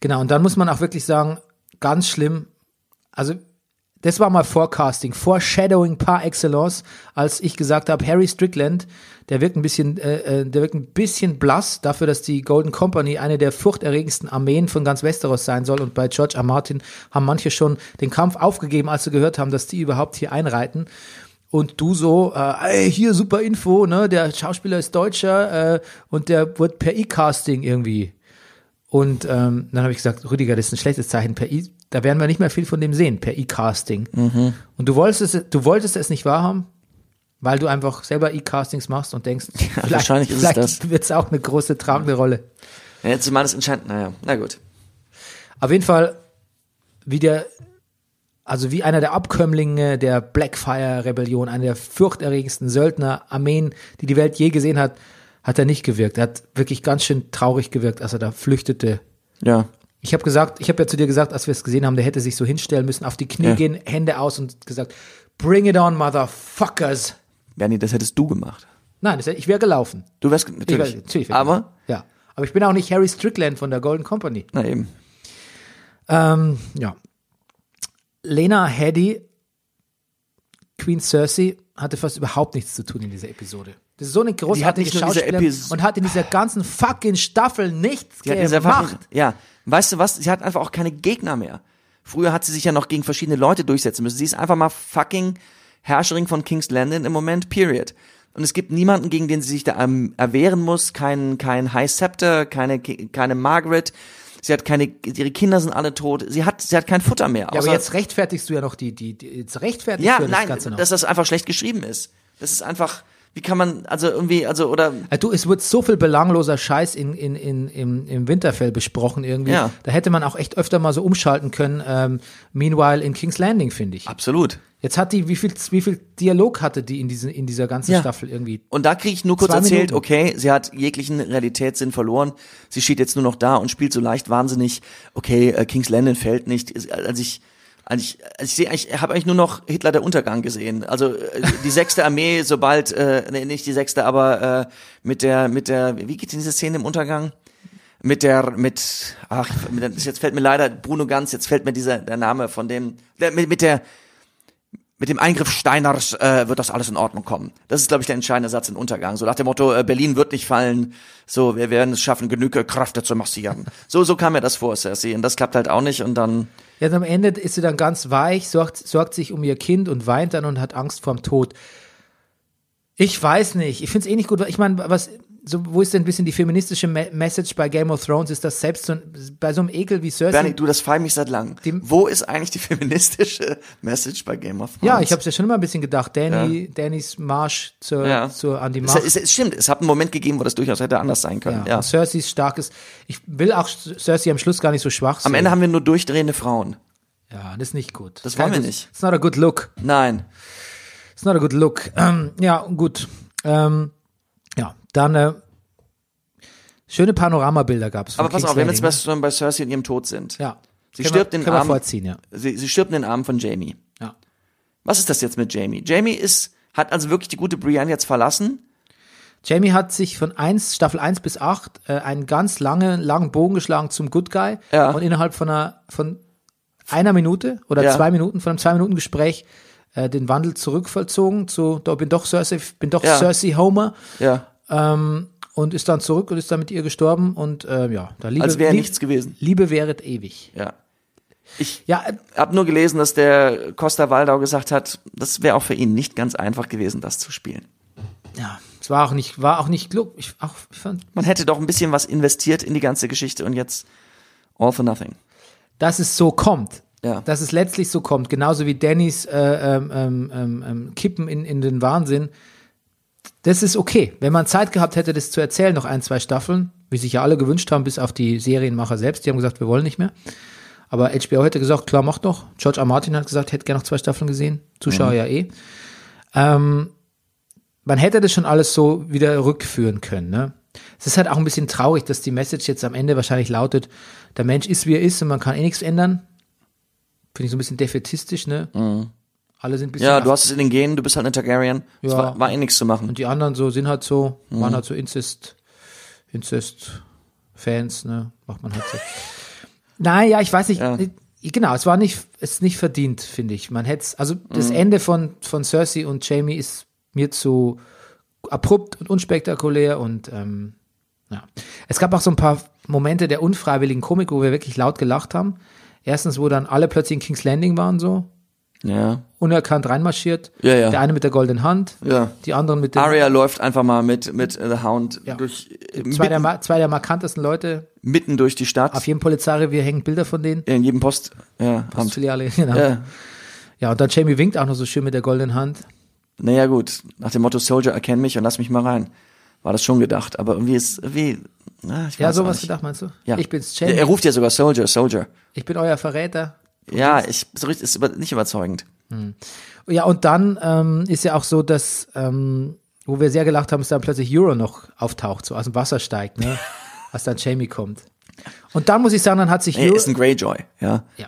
Speaker 1: Genau, und dann muss man auch wirklich sagen, ganz schlimm. Also Das war mal Forecasting, Foreshadowing par excellence, als ich gesagt habe, Harry Strickland, der wirkt ein bisschen, äh, äh, der wirkt ein bisschen blass dafür, dass die Golden Company eine der furchterregendsten Armeen von ganz Westeros sein soll. Und bei George R. Martin haben manche schon den Kampf aufgegeben, als sie gehört haben, dass die überhaupt hier einreiten. Und du so, äh, ey, hier super Info, ne? Der Schauspieler ist Deutscher äh, und der wird per E-Casting irgendwie und ähm, dann habe ich gesagt, Rüdiger, das ist ein schlechtes Zeichen. Per I, da werden wir nicht mehr viel von dem sehen, per E-Casting.
Speaker 2: Mhm.
Speaker 1: Und du wolltest, es, du wolltest es nicht wahrhaben, weil du einfach selber E-Castings machst und denkst, vielleicht,
Speaker 2: wahrscheinlich ist es
Speaker 1: vielleicht
Speaker 2: das.
Speaker 1: wird es auch eine große tragende Rolle.
Speaker 2: Ja, jetzt mal das entscheidend. Naja, na gut.
Speaker 1: Auf jeden Fall wieder, also wie einer der Abkömmlinge der Blackfire-Rebellion, einer der furchterregendsten Söldner-Armeen, die die Welt je gesehen hat, hat er nicht gewirkt. Er hat wirklich ganz schön traurig gewirkt, als er da flüchtete
Speaker 2: Ja.
Speaker 1: Ich habe gesagt, ich habe ja zu dir gesagt, als wir es gesehen haben, der hätte sich so hinstellen müssen, auf die Knie
Speaker 2: Ja.
Speaker 1: gehen, Hände aus und gesagt, bring it on, motherfuckers.
Speaker 2: Bernie, das hättest du gemacht.
Speaker 1: Nein, das, ich wäre gelaufen.
Speaker 2: Du wärst
Speaker 1: Ich wär-
Speaker 2: natürlich.
Speaker 1: wär ich
Speaker 2: aber,
Speaker 1: gelaufen. Ja. Aber ich bin auch nicht Harry Strickland von der Golden Company.
Speaker 2: na eben.
Speaker 1: Ähm, ja. Lena Headey, Queen Cersei, hatte fast überhaupt nichts zu tun in dieser Episode. Das ist so eine großartige
Speaker 2: nicht nur in dieser
Speaker 1: Schauspielerin
Speaker 2: Epis-
Speaker 1: und hat in dieser ganzen fucking Staffel nichts
Speaker 2: Die hat jetzt einfach,
Speaker 1: gemacht.
Speaker 2: ja, weißt du was? Sie hat einfach auch keine Gegner mehr. Früher hat sie sich ja noch gegen verschiedene Leute durchsetzen müssen. Sie ist einfach mal fucking Herrscherin von King's Landing im Moment, period. Und es gibt niemanden, gegen den sie sich da am- erwehren muss. Kein, kein High Scepter, keine, keine Margaret. Sie hat keine, ihre Kinder sind alle tot. Sie hat, sie hat kein Futter mehr.
Speaker 1: Ja, aber
Speaker 2: außer-
Speaker 1: jetzt rechtfertigst du ja noch die, die, die jetzt rechtfertigst
Speaker 2: ja,
Speaker 1: du ja das
Speaker 2: nein,
Speaker 1: Ganze noch.
Speaker 2: dass das einfach schlecht geschrieben ist. Das ist einfach, wie kann man, also irgendwie, also, oder,
Speaker 1: Äh, Du, es wird so viel belangloser Scheiß in, in, in, im, im Winterfell besprochen irgendwie.
Speaker 2: Ja.
Speaker 1: Da hätte man auch echt öfter mal so umschalten können. Ähm, meanwhile in King's Landing, finde ich.
Speaker 2: absolut.
Speaker 1: Jetzt hat die, wie viel, wie viel Dialog hatte die in, diesen, in dieser ganzen
Speaker 2: Ja.
Speaker 1: Staffel irgendwie?
Speaker 2: Und da kriege ich nur kurz
Speaker 1: Zwei
Speaker 2: erzählt,
Speaker 1: Minuten.
Speaker 2: okay, sie hat jeglichen Realitätssinn verloren. Sie steht jetzt nur noch da und spielt so leicht wahnsinnig. Okay, äh, Kings Landing fällt nicht. Ist- äh, Als ich als ich, als ich sehe, ich habe eigentlich nur noch Hitler der Untergang gesehen. Also äh, die sechste Armee, sobald äh, nee, nicht die sechste, aber äh, mit der mit der wie geht denn diese Szene im Untergang? Mit der mit ach mit, der- jetzt fällt mir leider Bruno Ganz, jetzt fällt mir dieser der Name von dem der, mit, mit der mit dem Eingriff Steiners äh, wird das alles in Ordnung kommen. Das ist, glaube ich, der entscheidende Satz in Untergang. So nach dem Motto, äh, Berlin wird nicht fallen, so, wir werden es schaffen, genügend Kräfte zu massieren. So, so kam mir das vor, Cersei. Und das klappt halt auch nicht. Und dann,
Speaker 1: Jetzt am Ende ist sie dann ganz weich, sorgt, sorgt sich um ihr Kind und weint dann und hat Angst vorm Tod. Ich weiß nicht. Ich finde es eh nicht gut. weil Ich meine, was, so, wo ist denn ein bisschen die feministische Me Message bei Game of Thrones? Ist das selbst so, ein- bei so einem Ekel wie Cersei?
Speaker 2: Bernie, du, das frage mich seit langem.
Speaker 1: Dem-
Speaker 2: Wo ist eigentlich die feministische Message bei Game of Thrones?
Speaker 1: Ja, ich habe es ja schon immer ein bisschen gedacht. Danny, Dannys Marsch zur,
Speaker 2: Ja.
Speaker 1: zur an die
Speaker 2: es,
Speaker 1: Macht.
Speaker 2: es, es stimmt, es hat einen Moment gegeben, wo das durchaus hätte anders sein können.
Speaker 1: ja.
Speaker 2: Ja.
Speaker 1: Und Cerseys starkes. Ich will auch Cersei am Schluss gar nicht so schwach
Speaker 2: Am
Speaker 1: sehen.
Speaker 2: Ende haben wir nur durchdrehende Frauen.
Speaker 1: ja, das ist nicht gut.
Speaker 2: Das
Speaker 1: Kein
Speaker 2: wollen wir
Speaker 1: gut-
Speaker 2: nicht.
Speaker 1: It's not a good look.
Speaker 2: Nein.
Speaker 1: It's not a good look. Ähm, ja, gut. Ähm, ja, dann äh, schöne Panoramabilder gab's. von
Speaker 2: Aber pass
Speaker 1: King's
Speaker 2: auf, wenn wir jetzt
Speaker 1: Landing,
Speaker 2: bei, schon bei Cersei und ihrem Tod sind.
Speaker 1: ne? Ja.
Speaker 2: Sie
Speaker 1: Können
Speaker 2: stirbt
Speaker 1: wir,
Speaker 2: in
Speaker 1: können wir
Speaker 2: Armen-
Speaker 1: vorziehen, ja.
Speaker 2: Sie, sie stirbt in den Armen von Jamie.
Speaker 1: ja.
Speaker 2: Was ist das jetzt mit Jamie? Jamie ist, hat also wirklich die gute Brienne jetzt verlassen.
Speaker 1: Jamie hat sich von 1, Staffel 1 bis 8 äh, einen ganz langen, langen Bogen geschlagen zum Good Guy
Speaker 2: Ja.
Speaker 1: und innerhalb von einer, von einer Minute oder
Speaker 2: Ja.
Speaker 1: zwei Minuten, von einem zwei Minuten Gespräch äh, den Wandel zurückvollzogen zu, da bin doch Cersei, bin doch
Speaker 2: Ja.
Speaker 1: Cersei Homer ähm,
Speaker 2: Ja.
Speaker 1: und ist dann zurück und ist dann mit ihr gestorben und ähm, ja, da Liebe,
Speaker 2: Als wäre
Speaker 1: Lieb-
Speaker 2: nichts gewesen.
Speaker 1: Liebe wäret ewig.
Speaker 2: Ja. Ich
Speaker 1: Ja, äh,
Speaker 2: habe nur gelesen, dass der Costa Waldau gesagt hat, das wäre auch für ihn nicht ganz einfach gewesen, das zu spielen.
Speaker 1: ja, es war auch nicht, war auch nicht klug. Ich, auch, ich fand,
Speaker 2: Man hätte doch ein bisschen was investiert in die ganze Geschichte und jetzt all for nothing.
Speaker 1: dass es so kommt.
Speaker 2: Ja.
Speaker 1: Dass es letztlich so kommt, genauso wie Dannys äh, ähm, ähm, ähm, ähm, Kippen in, in den Wahnsinn. Das ist okay. Wenn man Zeit gehabt hätte, das zu erzählen, noch ein, zwei Staffeln, wie sich ja alle gewünscht haben, bis auf die Serienmacher selbst, die haben gesagt, wir wollen nicht mehr. Aber HBO hätte gesagt, klar, macht doch. George R. Martin hat gesagt, hätte gerne noch zwei Staffeln gesehen. Zuschauer ja eh. Ähm, man hätte das schon alles so wieder rückführen können. Ne? Es ist halt auch ein bisschen traurig, dass die Message jetzt am Ende wahrscheinlich lautet, der Mensch ist, wie er ist und man kann eh nichts ändern. Finde ich so ein bisschen defetistisch, ne? Alle sind ein bisschen
Speaker 2: Mhm. Ja, du hast es in den Genen, du bist halt ein Targaryen. Es
Speaker 1: Ja.
Speaker 2: war, war eh nichts zu machen.
Speaker 1: und die anderen so sind halt so,
Speaker 2: Mhm.
Speaker 1: waren halt so Incest, Incest-Fans, ne? Macht man halt so. Nein, ja, ich weiß nicht.
Speaker 2: Ja.
Speaker 1: genau, es war nicht, es ist nicht verdient, finde ich. Man hätte also
Speaker 2: Mhm.
Speaker 1: das Ende von, von Cersei und Jamie ist mir zu abrupt und unspektakulär und ähm, ja. Es gab auch so ein paar Momente der unfreiwilligen Komik, wo wir wirklich laut gelacht haben. Erstens, wo dann alle plötzlich in King's Landing waren, so
Speaker 2: Ja.
Speaker 1: unerkannt reinmarschiert.
Speaker 2: Ja, ja.
Speaker 1: Der eine mit der goldenen Hand,
Speaker 2: Ja.
Speaker 1: die anderen mit dem.
Speaker 2: Arya läuft einfach mal mit, mit äh, The Hound
Speaker 1: Ja.
Speaker 2: durch, äh,
Speaker 1: Zwei der,
Speaker 2: mitten,
Speaker 1: ma- zwei der markantesten Leute.
Speaker 2: mitten durch die Stadt.
Speaker 1: Auf jedem Polizeirevier hängen Bilder von denen.
Speaker 2: in jedem Post, ja, Amt.
Speaker 1: Filiale, genau. Ja.
Speaker 2: Ja.
Speaker 1: und dann Jamie winkt auch noch so schön mit der goldenen Hand.
Speaker 2: Naja, gut. Nach dem Motto Soldier, erkenn mich und lass mich mal rein. War das schon gedacht, aber irgendwie ist, irgendwie, na, ich weiß
Speaker 1: Ja,
Speaker 2: auch
Speaker 1: sowas
Speaker 2: nicht.
Speaker 1: gedacht, meinst du?
Speaker 2: Ja.
Speaker 1: Ich bin's,
Speaker 2: Ja,
Speaker 1: Jamie.
Speaker 2: Er ruft ja sogar Soldier, Soldier.
Speaker 1: ich bin euer Verräter.
Speaker 2: Ja, ich, so richtig, ist über, nicht überzeugend.
Speaker 1: Ja, und dann ähm, ist ja auch so, dass, ähm, wo wir sehr gelacht haben, ist dann plötzlich Euro noch auftaucht, so aus dem Wasser steigt, ne? als dann Jamie kommt. Und dann muss ich sagen, dann hat sich
Speaker 2: Er
Speaker 1: Euro.
Speaker 2: ist ein Greyjoy, ja.
Speaker 1: ja,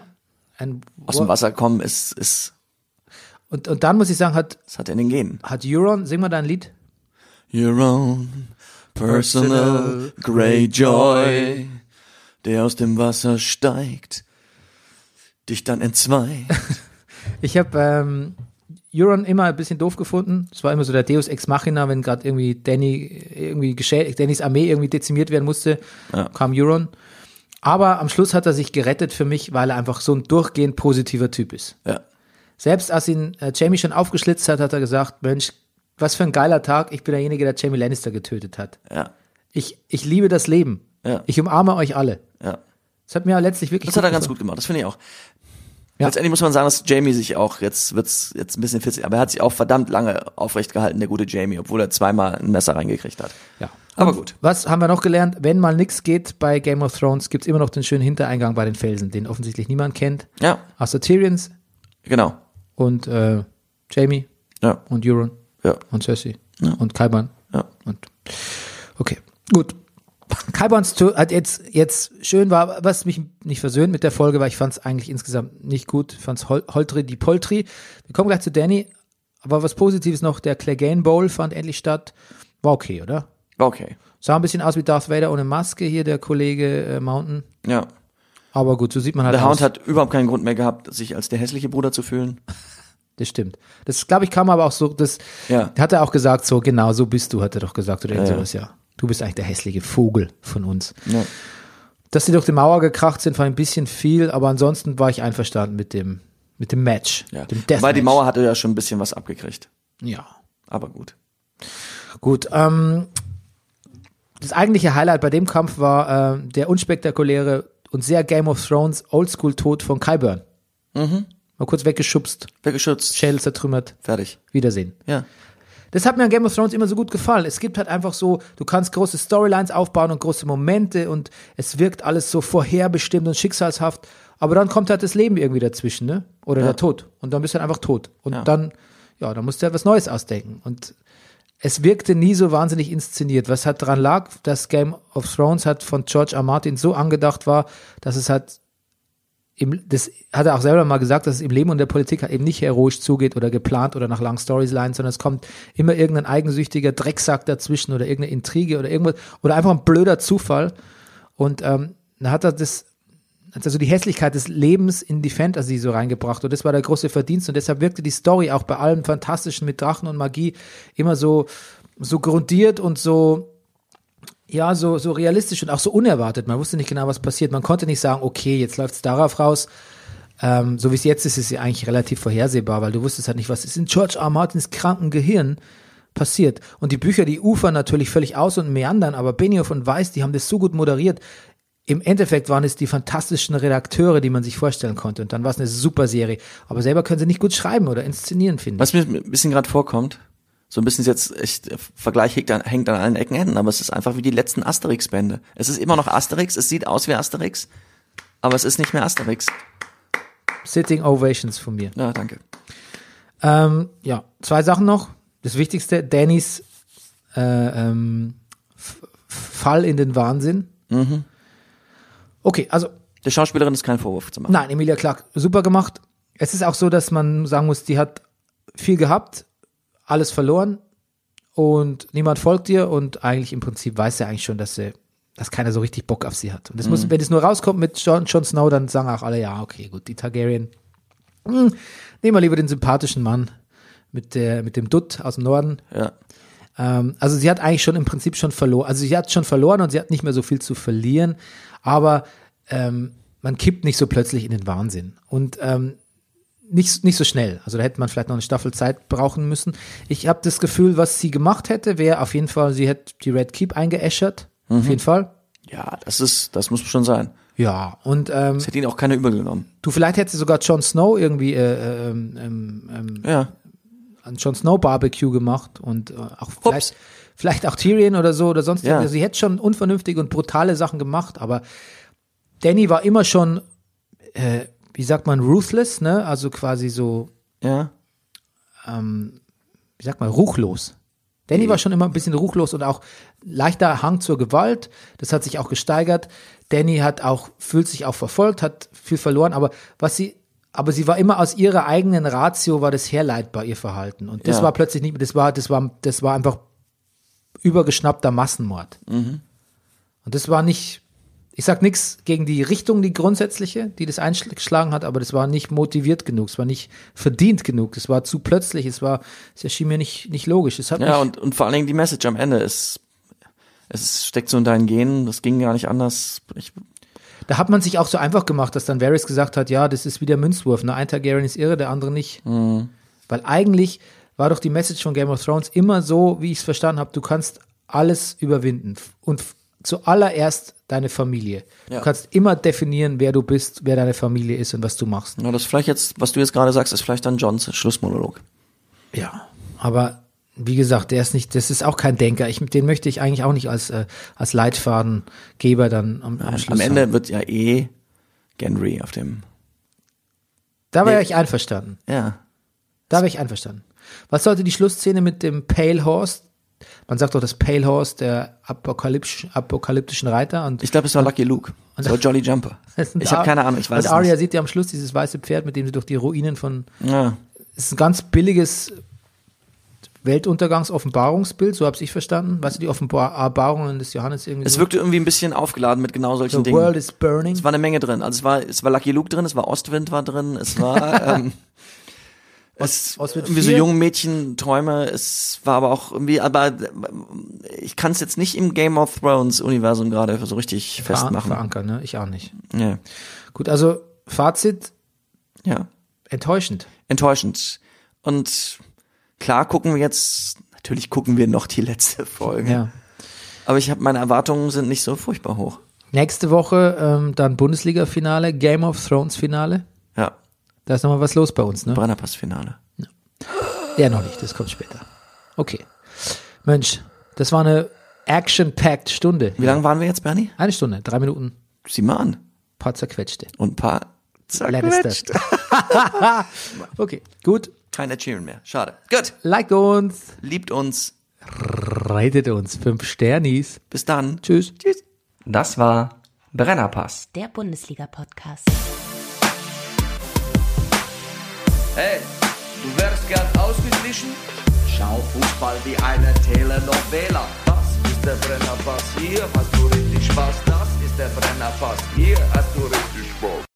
Speaker 1: ein,
Speaker 2: Aus dem Wasser kommen ist, ist,
Speaker 1: und, und dann muss ich sagen, hat,
Speaker 2: das hat er in den Genen.
Speaker 1: hat Euron, sing mal dein Lied.
Speaker 2: Your own personal Greyjoy, der aus dem Wasser steigt, dich dann entzwei.
Speaker 1: Ich habe ähm, Euron immer ein bisschen doof gefunden. Es war immer so der Deus Ex Machina, wenn gerade irgendwie Danny äh, irgendwie geschädigt, Dannys Armee irgendwie dezimiert werden musste, kam Euron. Aber am Schluss hat er sich gerettet für mich, weil er einfach so ein durchgehend positiver Typ ist.
Speaker 2: Ja.
Speaker 1: Selbst als ihn äh, Jamie schon aufgeschlitzt hat, hat er gesagt, Mensch, was für ein geiler Tag, ich bin derjenige, der Jamie Lannister getötet hat.
Speaker 2: Ja,
Speaker 1: Ich, ich liebe das Leben.
Speaker 2: Ja.
Speaker 1: Ich umarme euch alle.
Speaker 2: ja.
Speaker 1: Das hat mir letztlich wirklich
Speaker 2: Das hat er ganz
Speaker 1: gefallen.
Speaker 2: gut gemacht, das finde ich auch.
Speaker 1: Ja.
Speaker 2: Letztendlich muss man sagen, dass Jamie sich auch, jetzt wird's jetzt ein bisschen fitzig, aber er hat sich auch verdammt lange aufrecht gehalten, der gute Jamie, obwohl er zweimal ein Messer reingekriegt hat.
Speaker 1: Ja.
Speaker 2: Aber
Speaker 1: Und
Speaker 2: gut.
Speaker 1: Was haben wir noch gelernt? Wenn mal nichts geht bei Game of Thrones, gibt's immer noch den schönen Hintereingang bei den Felsen, den offensichtlich niemand kennt.
Speaker 2: Ja,
Speaker 1: Außer Tyrions
Speaker 2: genau.
Speaker 1: und äh, Jamie
Speaker 2: Ja,
Speaker 1: und Euron
Speaker 2: ja,
Speaker 1: und Cersei
Speaker 2: Ja.
Speaker 1: und Kaiban.
Speaker 2: ja.
Speaker 1: Und okay, gut. Kaibans Tour hat jetzt, jetzt schön war, was mich nicht versöhnt mit der Folge, weil ich fand es eigentlich insgesamt nicht gut. Ich fand es hol holtri die Poltri. Wir kommen gleich zu Danny. Aber was Positives noch, der Clegane Bowl fand endlich statt. War okay, oder?
Speaker 2: War okay.
Speaker 1: Sah ein bisschen aus wie Darth Vader ohne Maske hier, der Kollege äh, Mountain.
Speaker 2: Ja.
Speaker 1: Aber gut, so sieht man halt
Speaker 2: Der
Speaker 1: aus.
Speaker 2: Hound hat überhaupt keinen Grund mehr gehabt, sich als der hässliche Bruder zu fühlen.
Speaker 1: das stimmt. Das, glaube ich, kam aber auch so, das
Speaker 2: Ja.
Speaker 1: hat er auch gesagt, so genau so bist du, hat er doch gesagt oder irgend
Speaker 2: Ja, ja.
Speaker 1: sowas, ja. Du bist eigentlich der hässliche Vogel von uns.
Speaker 2: Ja.
Speaker 1: Dass sie durch die Mauer gekracht sind, war ein bisschen viel, aber ansonsten war ich einverstanden mit dem, mit dem Match.
Speaker 2: Ja.
Speaker 1: Dem
Speaker 2: Weil die
Speaker 1: Deathmatch.
Speaker 2: Mauer hatte ja schon ein bisschen was abgekriegt.
Speaker 1: Ja.
Speaker 2: Aber gut.
Speaker 1: Gut, ähm, das eigentliche Highlight bei dem Kampf war äh, der unspektakuläre und sehr Game of Thrones Oldschool-Tod von Kyburn. Mhm. Mal kurz weggeschubst,
Speaker 2: Wer geschützt?
Speaker 1: Schädel zertrümmert,
Speaker 2: Fertig.
Speaker 1: Wiedersehen.
Speaker 2: Ja.
Speaker 1: Das hat mir an Game of Thrones immer so gut gefallen. Es gibt halt einfach so, du kannst große Storylines aufbauen und große Momente und es wirkt alles so vorherbestimmt und schicksalshaft. Aber dann kommt halt das Leben irgendwie dazwischen, ne? Oder der Tod. Und dann bist du halt einfach tot. Und dann, ja, dann musst du halt was Neues ausdenken. Und es wirkte nie so wahnsinnig inszeniert. Was halt daran lag, dass Game of Thrones halt von George R. Martin so angedacht war, dass es halt im, das hat er auch selber mal gesagt, dass es im Leben und der Politik halt eben nicht heroisch zugeht oder geplant oder nach langen Storylines, sondern es kommt immer irgendein eigensüchtiger Drecksack dazwischen oder irgendeine Intrige oder irgendwas oder einfach ein blöder Zufall. Und ähm, da hat er das, hat er so die Hässlichkeit des Lebens in die Fantasy so reingebracht und das war der große Verdienst und deshalb wirkte die Story auch bei allem Fantastischen mit Drachen und Magie immer so, so grundiert und so, ja, so, so realistisch und auch so unerwartet. Man wusste nicht genau, was passiert. Man konnte nicht sagen, okay, jetzt läuft es darauf raus. Ähm, so wie es jetzt ist, ist es eigentlich relativ vorhersehbar, weil du wusstest halt nicht, was ist in George R. Martins kranken Gehirn passiert. Und die Bücher, die ufern natürlich völlig aus und meandern, aber Benioff und Weiss, die haben das so gut moderiert. Im Endeffekt waren es die fantastischen Redakteure, die man sich vorstellen konnte. Und dann war es eine super Serie. Aber selber können sie nicht gut schreiben oder inszenieren, finde ich.
Speaker 2: Was mir ein bisschen gerade vorkommt, so ein bisschen ist jetzt, ich, der Vergleich hängt an, hängt an allen Ecken Enden, aber es ist einfach wie die letzten Asterix-Bände. Es ist immer noch Asterix, es sieht aus wie Asterix, aber es ist nicht mehr Asterix.
Speaker 1: Sitting Ovations von mir.
Speaker 2: Ja, danke.
Speaker 1: Ähm, ja, zwei Sachen noch. Das Wichtigste, Dannys äh, ähm, F- F- Fall in den Wahnsinn. Okay, also
Speaker 2: Der Schauspielerin ist kein Vorwurf zu machen.
Speaker 1: nein, Emilia Clark, super gemacht. Es ist auch so, dass man sagen muss, die hat viel gehabt, alles verloren und niemand folgt ihr und eigentlich im Prinzip weiß sie eigentlich schon, dass sie, dass keiner so richtig Bock auf sie hat. Und das muss, wenn es nur rauskommt mit Jon, Jon Snow, dann sagen auch alle, ja, okay, gut, die Targaryen. Hm, nehmen wir lieber den sympathischen Mann mit, der, mit dem Dutt aus dem Norden.
Speaker 2: Ja.
Speaker 1: Ähm, also sie hat eigentlich schon im Prinzip schon verloren. Also sie hat schon verloren und sie hat nicht mehr so viel zu verlieren. Aber ähm, man kippt nicht so plötzlich in den Wahnsinn. Und ähm, nicht, nicht so schnell. Also da hätte man vielleicht noch eine Staffel Zeit brauchen müssen. Ich habe das Gefühl, was sie gemacht hätte, wäre auf jeden Fall, sie hätte die Red Keep eingeäschert. Auf jeden Fall.
Speaker 2: Ja, das ist, das muss schon sein.
Speaker 1: Ja, und ähm,
Speaker 2: Das hätte ihn auch keiner übergenommen.
Speaker 1: du vielleicht hättest du sogar Jon Snow irgendwie äh, äh, ähm, ähm, ähm,
Speaker 2: Ja.
Speaker 1: ein Jon Snow Barbecue gemacht und äh, auch
Speaker 2: Ups.
Speaker 1: vielleicht, vielleicht auch Tyrion oder so oder sonst.
Speaker 2: Ja.
Speaker 1: Also sie hätte schon unvernünftige und brutale Sachen gemacht, aber Danny war immer schon, äh, wie sagt man, ruthless, ne? Also quasi so,
Speaker 2: Ja.
Speaker 1: wie sagt man, ruchlos. Danny war schon immer ein bisschen ruchlos und auch leichter Hang zur Gewalt. Das hat sich auch gesteigert. Danny hat auch, fühlt sich auch verfolgt, hat viel verloren, aber was sie, aber sie war immer aus ihrer eigenen Ratio war das herleitbar, ihr Verhalten. Und das
Speaker 2: Ja.
Speaker 1: war plötzlich nicht mehr, das war, das war, das war einfach übergeschnappter Massenmord.
Speaker 2: Mhm.
Speaker 1: Und das war nicht, ich sag nichts gegen die Richtung, die grundsätzliche, die das eingeschlagen hat, aber das war nicht motiviert genug, es war nicht verdient genug, es war zu plötzlich, es war, es erschien mir nicht, nicht logisch. Es hat
Speaker 2: Ja,
Speaker 1: mich,
Speaker 2: und, und vor allen Dingen die Message am Ende ist, es ist- steckt so in deinen Genen, das ging gar nicht anders. Ich,
Speaker 1: da hat man sich auch so einfach gemacht, dass dann Varys gesagt hat, ja, das ist wie der Münzwurf, ne? ein Targaryen ist irre, der andere nicht.
Speaker 2: Mhm.
Speaker 1: Weil eigentlich war doch die Message von Game of Thrones immer so, wie ich es verstanden habe, du kannst alles überwinden f- und f- zuallererst deine Familie.
Speaker 2: Ja.
Speaker 1: Du kannst immer definieren, wer du bist, wer deine Familie ist und was du machst.
Speaker 2: ja, das ist vielleicht jetzt, was du jetzt gerade sagst, ist vielleicht dann Johns Schlussmonolog.
Speaker 1: Ja, aber wie gesagt, der ist nicht, das ist auch kein Denker. Ich, den möchte ich eigentlich auch nicht als, äh, als Leitfadengeber dann am, am Schluss.
Speaker 2: Am Ende
Speaker 1: Haben.
Speaker 2: wird ja eh Gendry auf dem,
Speaker 1: Da wäre
Speaker 2: Nee.
Speaker 1: ich einverstanden.
Speaker 2: ja,
Speaker 1: Da wäre ich einverstanden. Was sollte die Schlussszene mit dem Pale Horse? Man sagt doch das Pale Horse der apokalyptisch, apokalyptischen Reiter und,
Speaker 2: Ich glaube, es war Lucky Luke. Es war Jolly Jumper.
Speaker 1: und
Speaker 2: Ich habe
Speaker 1: Ar-
Speaker 2: keine Ahnung, ich weiß
Speaker 1: Und
Speaker 2: es
Speaker 1: Arya
Speaker 2: nicht.
Speaker 1: sieht ja am Schluss dieses weiße Pferd, mit dem sie durch die Ruinen von
Speaker 2: Ja,
Speaker 1: Es ist ein ganz billiges Weltuntergangs-Offenbarungsbild, so habe ich verstanden. Weißt du, die Offenbarungen des Johannes irgendwie.
Speaker 2: es
Speaker 1: so?
Speaker 2: wirkte irgendwie ein bisschen aufgeladen mit genau solchen
Speaker 1: The
Speaker 2: Dingen.
Speaker 1: world is burning.
Speaker 2: es war eine Menge drin. Also es war, es war Lucky Luke drin, es war Ostwind war drin, es war ähm, es,
Speaker 1: Ostwind
Speaker 2: irgendwie so
Speaker 1: 4?
Speaker 2: jungen Mädchen Träume. Es war aber auch irgendwie, aber äh, ich kann es jetzt nicht im Game of Thrones Universum gerade so richtig
Speaker 1: Veran-
Speaker 2: festmachen.
Speaker 1: Verankern, ne? Ich auch nicht.
Speaker 2: Ja.
Speaker 1: Gut, also Fazit,
Speaker 2: ja,
Speaker 1: enttäuschend.
Speaker 2: enttäuschend. Und klar gucken wir jetzt, natürlich gucken wir noch die letzte Folge.
Speaker 1: Ja.
Speaker 2: Aber ich habe meine Erwartungen sind nicht so furchtbar hoch.
Speaker 1: Nächste Woche ähm, dann Bundesliga-Finale, Game of Thrones-Finale.
Speaker 2: Ja,
Speaker 1: Da ist nochmal was los bei uns, ne?
Speaker 2: Brennerpass-Finale.
Speaker 1: Ja, noch nicht, das kommt später. Okay. Mensch, das war eine action-packed Stunde.
Speaker 2: Wie lange waren wir jetzt, Bernie?
Speaker 1: Eine Stunde, drei Minuten,
Speaker 2: Sieh mal an.
Speaker 1: paar zerquetschte.
Speaker 2: Und ein paar
Speaker 1: Lannister.
Speaker 2: zerquetscht.
Speaker 1: Okay, gut.
Speaker 2: Keiner cheeren mehr. Schade. Gut.
Speaker 1: Like uns,
Speaker 2: Liebt uns.
Speaker 1: reitet uns, fünf Sternis.
Speaker 2: Bis dann.
Speaker 1: Tschüss.
Speaker 2: Tschüss.
Speaker 3: Das war Brennerpass.
Speaker 4: Der Bundesliga-Podcast.
Speaker 5: Hey, du wärst gern ausgeglichen? Schau Fußball wie eine Telenovela. Das ist der Brennerpass, hier hast du richtig Spaß. Das ist der Brennerpass, hier hast du richtig Spaß.